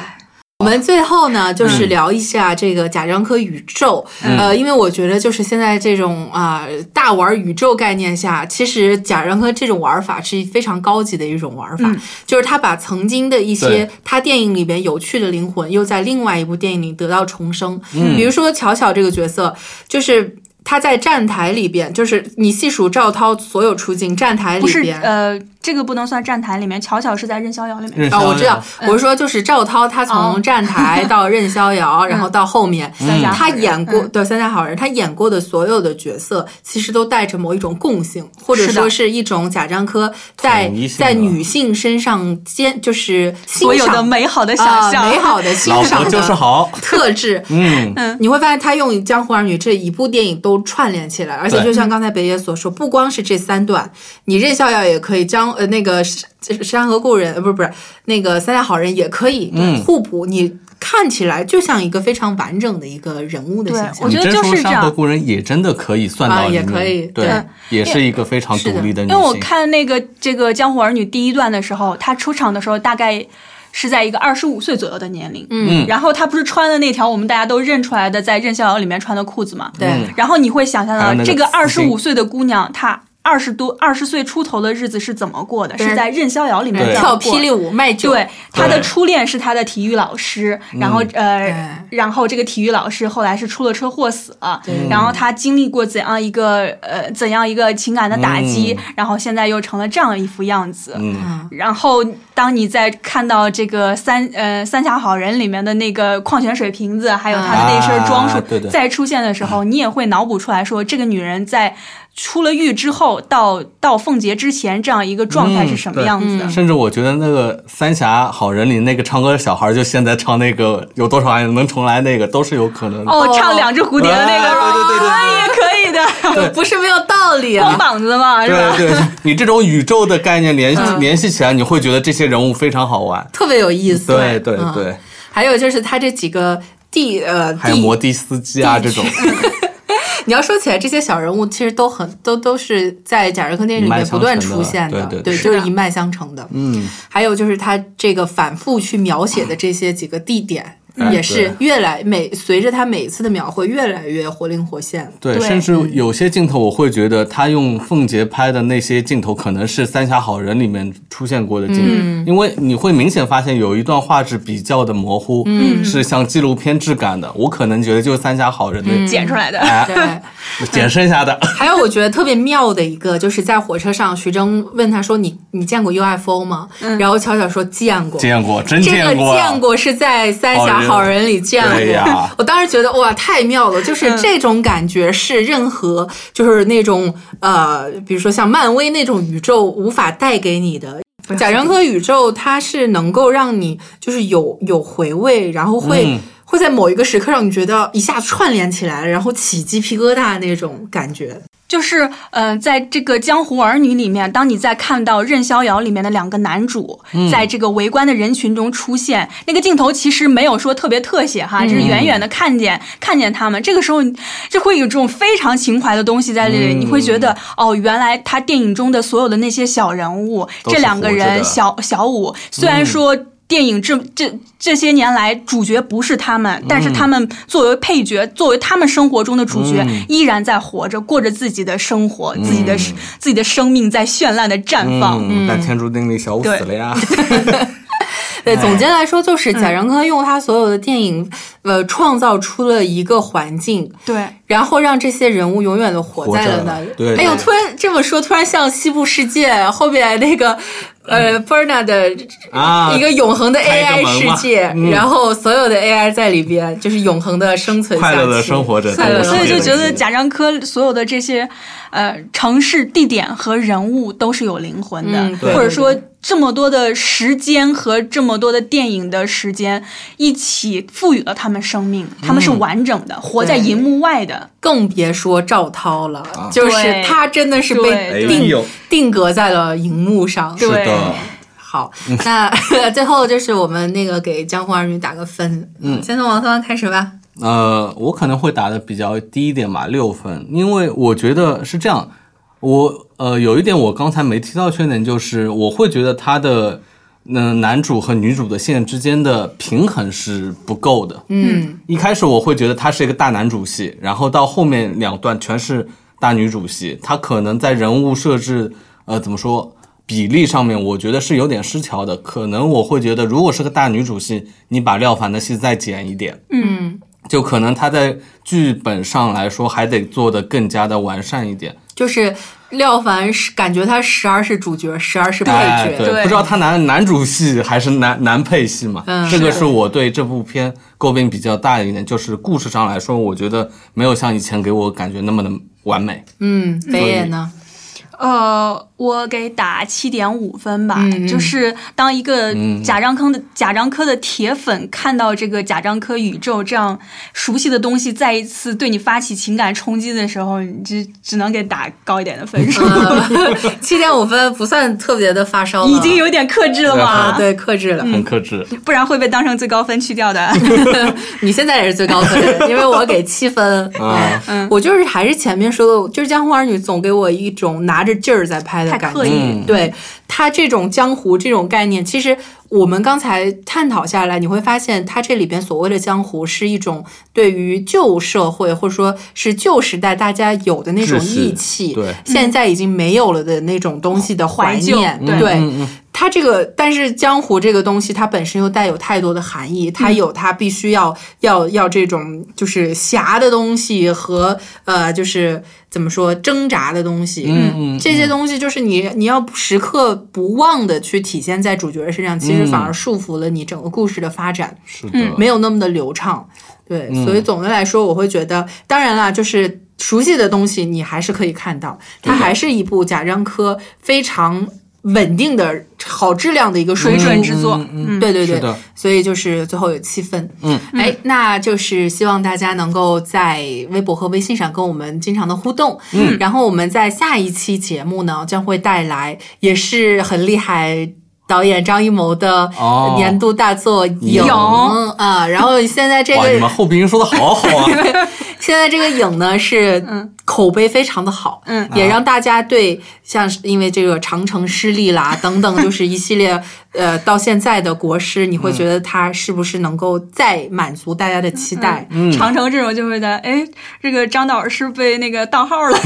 Speaker 2: 我们最后呢，就是
Speaker 3: 嗯
Speaker 2: 聊一下这个贾樟柯宇宙，呃，因为我觉得就是现在这种啊、大玩宇宙概念下，其实贾樟柯这种玩法是非常高级的一种玩法，
Speaker 3: 嗯
Speaker 2: 就是他把曾经的一些
Speaker 4: 对
Speaker 2: 他电影里边有趣的灵魂，又在另外一部电影里得到重生。
Speaker 3: 嗯
Speaker 2: 比如说巧巧这个角色，就是。他在站台里边，就是你细数赵涛所有出镜，站台里
Speaker 3: 不是
Speaker 2: 边，
Speaker 3: 呃，这个不能算站台里面，巧巧是在任逍遥里面。
Speaker 4: 任逍
Speaker 2: 啊，
Speaker 4: 遥
Speaker 2: 我知道，
Speaker 3: 嗯
Speaker 2: 我是说就是赵涛，他从
Speaker 3: 哦
Speaker 2: 站 台到任逍遥，然后到后面，
Speaker 3: 嗯三峡
Speaker 2: 他
Speaker 3: 好人
Speaker 2: 演过
Speaker 3: 嗯
Speaker 2: 对三峡好人，他演过的所有的角色，其实都带着某一种共性，或者
Speaker 3: 是的
Speaker 2: 说是一种贾樟柯在
Speaker 4: 统一性的
Speaker 2: 在女性身上兼就是欣
Speaker 3: 所有的
Speaker 2: 赏
Speaker 3: 美好的
Speaker 2: 啊
Speaker 3: 想象，
Speaker 2: 美好的欣
Speaker 4: 老
Speaker 2: 赏的
Speaker 4: 婆就是好，
Speaker 2: 特质，
Speaker 4: 嗯，
Speaker 2: 你会发现他用《江湖儿女》这一部电影都串联起来，而且
Speaker 4: 对
Speaker 2: 就像刚才北野所说，不光是这三段，你任逍遥也可以，江呃那个山山河故人呃不是不是那个三大好人也可以
Speaker 4: 嗯
Speaker 2: 互补，你看起来就像一个非常完整的一个人物的
Speaker 3: 对
Speaker 2: 形象
Speaker 3: 我。觉得
Speaker 4: 你真
Speaker 3: 就是
Speaker 4: 说
Speaker 3: 这样
Speaker 4: 山河故人也真的可以算到
Speaker 2: 啊
Speaker 4: 里
Speaker 2: 也
Speaker 4: 面，
Speaker 2: 可以对
Speaker 4: 对，也是一个非常
Speaker 2: 是的
Speaker 4: 独立的女
Speaker 3: 因为我
Speaker 4: 性。
Speaker 3: 看那个这个《江湖儿女》第一段的时候，她出场的时候大概是在一个二十五岁左右的年龄，
Speaker 2: 嗯
Speaker 3: 然后她不是穿的那条我们大家都认出来的在《任逍遥》里面穿的裤子嘛，
Speaker 2: 对
Speaker 4: 嗯
Speaker 3: 然后你会想象
Speaker 4: 还有
Speaker 3: 到
Speaker 4: 那个
Speaker 3: 这个二十
Speaker 4: 丝
Speaker 3: 五
Speaker 4: 巾
Speaker 3: 岁的姑娘，她二十多二十岁出头的日子是怎么过的？
Speaker 2: 对
Speaker 3: 是在《任逍遥》里面这
Speaker 4: 对
Speaker 3: 样
Speaker 2: 嗯跳
Speaker 3: 过
Speaker 2: 霹雳舞卖酒，
Speaker 3: 对，他的
Speaker 4: 对嗯
Speaker 3: 初恋是他的体育老师，然后呃，
Speaker 2: 对
Speaker 3: 然后这个体育老师后来是出了车祸死了
Speaker 2: 对，
Speaker 3: 然后他经历过怎样一个呃怎样一个情感的打击，然后现在又成了这样一副样子。
Speaker 4: 嗯，
Speaker 3: 然后当你在看到这个三呃三峡好人里面的那个矿泉水瓶子，还有他的那身装束、
Speaker 4: 啊对的嗯
Speaker 3: 再出现的时候，你也会脑补出来说，这个女人在出了狱之后到到凤姐之前这样一个状态
Speaker 4: 嗯
Speaker 3: 是什么
Speaker 4: 对
Speaker 3: 样子的。
Speaker 4: 甚至我觉得那个《三峡好人》里那个唱歌的小孩，就现在唱 那个有多少爱能重来那个，都是有可能的。
Speaker 3: 哦，唱两只蝴蝶的那个，
Speaker 4: 哎对对对
Speaker 3: 可以可以 的，
Speaker 2: 不是没有道理
Speaker 3: 光
Speaker 2: 啊。
Speaker 3: 膀子嘛，是
Speaker 4: 对
Speaker 3: 吧？ 嗯
Speaker 4: 对，对你这种宇宙的概念联系联系起来，你会觉得这些人物非常好玩。
Speaker 2: 特别有意思，
Speaker 4: 对对
Speaker 2: 嗯
Speaker 4: 对，
Speaker 2: 还有就是他这几个地呃
Speaker 4: 还有
Speaker 2: 地
Speaker 4: 摩的司机啊这种，
Speaker 2: 你要说起来，这些小人物其实都很都都是在贾樟柯电影里面不断出现
Speaker 4: 一脉相承的对对
Speaker 2: 对，
Speaker 4: 是
Speaker 2: 就是一脉相承的。嗯，还有就是他这个反复去描写的这些几个地点，
Speaker 4: 嗯
Speaker 2: 也是越来每随着他每一次的描绘越来越活灵活 现。
Speaker 4: 对，
Speaker 3: 对
Speaker 4: 甚至有些镜头我会觉得他用凤姐拍的那些镜头，可能是《三峡好人》里面出现过的镜头，
Speaker 3: 嗯
Speaker 4: 因为你会明显发现有一段画质比较的模糊，
Speaker 3: 嗯
Speaker 4: 是像纪录片质感的。我可能觉得就是《三峡好人》的
Speaker 3: 剪出来嗯的，
Speaker 4: 哎
Speaker 2: 对，
Speaker 4: 剪剩下的，
Speaker 2: 还有我觉得特别妙的一个，就是在火车上，徐峥问他说：“你你见过 UFO 吗？”然后巧巧说：“见过。”
Speaker 4: 见过，真
Speaker 2: 这个
Speaker 4: 过啊，
Speaker 2: 见过是在《三峡好人》里见
Speaker 4: 好人对
Speaker 2: 过
Speaker 4: 呀，嗯
Speaker 2: 我当时觉得哇，太妙了！就是这种感觉是任何就是那种呃，比如说像漫威那种宇宙无法带给你的。贾樟柯宇宙它是能够让你就是有有回味，然后会、
Speaker 4: 嗯
Speaker 2: 会在某一个时刻让你觉得一下串联起来，然后起鸡皮疙瘩那种感觉。
Speaker 3: 就是呃，在这个《江湖儿女》里面，当你在看到《任逍遥》里面的两个男主、
Speaker 4: 嗯
Speaker 3: 在这个围观的人群中出现，那个镜头其实没有说特别特写
Speaker 4: 嗯
Speaker 3: 哈，就是远远的看见看见他们，这个时候你就会有这种非常情怀的东西在这里，
Speaker 4: 嗯
Speaker 3: 你会觉得哦，原来他电影中的所有的那些小人物，
Speaker 4: 都是
Speaker 3: 这两个
Speaker 4: 活着
Speaker 3: 人
Speaker 4: 的
Speaker 3: 小小五，虽
Speaker 4: 嗯
Speaker 3: 然说。电影这这这些年来，主角不是他们，但
Speaker 4: 嗯
Speaker 3: 是他们作为配角，作为他们生活中的主角，
Speaker 4: 嗯
Speaker 3: 依然在活着，过着自己的生活，自己的自己的生命在绚烂的绽放。
Speaker 4: 嗯，但天注定那小五死了呀。哎
Speaker 2: 对，总结来说就是
Speaker 4: 嗯
Speaker 2: 贾樟柯用他所有的电影，呃，创造出了一个环境，
Speaker 3: 对，
Speaker 2: 然后让这些人物永远的活在了那里
Speaker 4: 活着。对
Speaker 2: 哎呦，
Speaker 4: 对
Speaker 2: 突然这么说，突然像《西部世界》后面那个呃 Berna 的
Speaker 4: 嗯啊，
Speaker 2: 一个永恒的
Speaker 4: 开个
Speaker 2: AI
Speaker 4: 门嘛
Speaker 2: 世界，
Speaker 4: 嗯
Speaker 2: 然后所有的 AI 在里边就是永恒的生存下去，
Speaker 4: 快乐地生活着
Speaker 2: 快乐地
Speaker 4: 对
Speaker 2: 生
Speaker 3: 所
Speaker 2: 活
Speaker 3: 以
Speaker 2: 着
Speaker 3: 就觉得贾樟柯所有的这些，呃，城市、地点和人物都是有灵魂的，
Speaker 2: 嗯
Speaker 4: 对
Speaker 3: 或者说这么多的时间和这么多的电影的时间一起赋予了他们生命，他们是
Speaker 4: 嗯
Speaker 3: 完整的，活在荧幕外的。
Speaker 2: 更别说赵涛了，
Speaker 4: 啊
Speaker 2: 就是
Speaker 3: 对
Speaker 2: 他真的是被
Speaker 3: 对
Speaker 4: 哎
Speaker 2: 定
Speaker 4: 呦，
Speaker 2: 定格在了荧幕上。
Speaker 4: 是
Speaker 3: 对
Speaker 4: 的，
Speaker 2: 好，
Speaker 4: 嗯
Speaker 2: 那 最后就是我们那个给《江湖儿女》打个分，嗯，先从王思安开始吧。
Speaker 4: 呃，我可能会打的比较低一点吧，六分，因为我觉得是这样，我呃有一点我刚才没提到缺点，就是我会觉得他的嗯、呃男主和女主的线之间的平衡是不够的，
Speaker 2: 嗯
Speaker 4: 一开始我会觉得他是一个大男主戏，然后到后面两段全是大女主戏，他可能在人物设置，呃，怎么说比例上面，我觉得是有点失调的。可能我会觉得，如果是个大女主戏，你把廖凡的戏再减一点，
Speaker 2: 嗯，
Speaker 4: 就可能他在剧本上来说还得做得更加的完善一点。
Speaker 2: 就是廖凡是感觉他时而是主角，时而是配
Speaker 4: 哎，
Speaker 2: 角，
Speaker 4: 对，
Speaker 3: 对
Speaker 4: 不知道他男男主戏还是男男配戏嘛？
Speaker 2: 嗯
Speaker 4: 这个
Speaker 2: 是
Speaker 4: 是我对这部片诟病比较大的一点，就是故事上来说，我觉得没有像以前给我感觉那么的完美。
Speaker 2: 嗯，北野呢？
Speaker 3: 呃，我给打七点五分吧，就是当一个贾樟柯的、贾樟柯的铁粉看到这个贾樟柯宇宙这样熟悉的东西再一次对你发起情感冲击的时候，你只只能给打高一点的分数，
Speaker 2: 七点五分不算特别的发烧了，
Speaker 3: 已经有点克制了
Speaker 2: 啊，
Speaker 3: 嘛，
Speaker 2: 对，克制了。
Speaker 4: 很克制，
Speaker 3: 不然会被当成最高分去掉的。
Speaker 2: 你现在也是最高分的人，因为我给七分。
Speaker 4: 啊
Speaker 2: 嗯，我就是还是前面说的，就是《江湖儿女》总给我一种拿着劲儿在拍的
Speaker 3: 太
Speaker 2: 感
Speaker 3: 刻
Speaker 2: 觉
Speaker 3: 意。
Speaker 4: 嗯
Speaker 2: 对它这种江湖这种概念，其实我们刚才探讨下来，你会发现它这里边所谓的江湖是一种对于旧社会或者说是旧时代大家有的那种
Speaker 4: 志士
Speaker 2: 义气，
Speaker 4: 对
Speaker 2: 现在已经没有了的那种东西的怀
Speaker 3: 嗯怀旧
Speaker 2: 念，
Speaker 4: 嗯
Speaker 3: 对
Speaker 2: 对，它这个，但是江湖这个东西，它本身又带有太多的含义，它有它必须要要要这种就是侠的东西和呃，就是怎么说挣扎的东西，
Speaker 4: 嗯嗯
Speaker 2: 这些东西就是你你要时刻不忘的去体现在主角身上，其实反
Speaker 4: 嗯
Speaker 2: 而束缚了你整个故事的发展。
Speaker 4: 是的，
Speaker 2: 嗯没有那么的流畅。对，
Speaker 4: 嗯
Speaker 2: 所以总的来说，我会觉得，当然啦，就是熟悉的东西你还是可以看到，它还是一部贾樟柯非常稳定的好质量的一个输
Speaker 3: 水
Speaker 2: 出
Speaker 3: 准之作
Speaker 4: 嗯，
Speaker 2: 对对
Speaker 4: 是
Speaker 2: 对
Speaker 4: 的，
Speaker 2: 所以就是最后有七分。
Speaker 4: 嗯，
Speaker 2: 哎，那就是希望大家能够在微博和微信上跟我们经常的互动。嗯，然后我们在下一期节目呢，将会带来也是很厉害。导演张艺谋的
Speaker 4: 哦
Speaker 2: 年度大作《影》
Speaker 3: 影
Speaker 2: 啊，然后现在这
Speaker 4: 哇，你们
Speaker 2: 个
Speaker 4: 后鼻音说的好好 啊，
Speaker 2: 现在这个影呢是口碑非常的好，
Speaker 3: 嗯，
Speaker 4: 啊
Speaker 2: 也让大家对像是因为这个长城失利啦等等，就是一系列呃到现在的国师，你
Speaker 4: 嗯
Speaker 2: 会觉得它是不是能够再满足大家的期待？
Speaker 3: 长城这种就会的，哎，这个张导是被那个盗号了，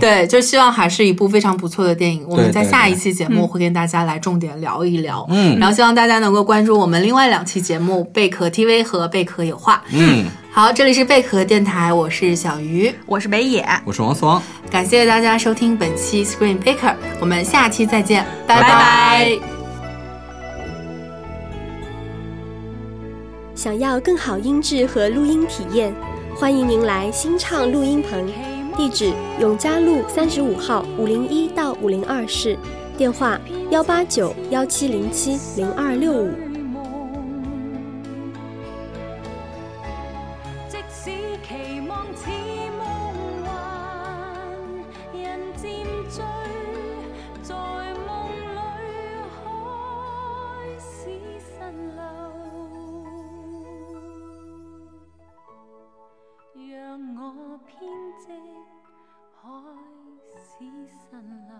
Speaker 2: 对，就希望还是一部非常不错的电影。我们在
Speaker 4: 对
Speaker 2: 下一期节目会跟大家来重点聊一聊，嗯，然后希望大家能够关注我们另外两期节目《贝壳 TV》和《贝壳有话》。
Speaker 4: 嗯，
Speaker 2: 好，这里是贝壳电台，我是小鱼，
Speaker 3: 我是北野，
Speaker 4: 我是王思王。
Speaker 2: 感谢大家收听本期 Screen Baker，我们下期再见，拜
Speaker 4: 拜
Speaker 2: 拜
Speaker 5: 想要更好音质和录音体验，欢迎您来新畅录音棚，地址永嘉路三十五号五零一到五零二室，电话幺八九幺七零七零二六五。
Speaker 1: 梦神流。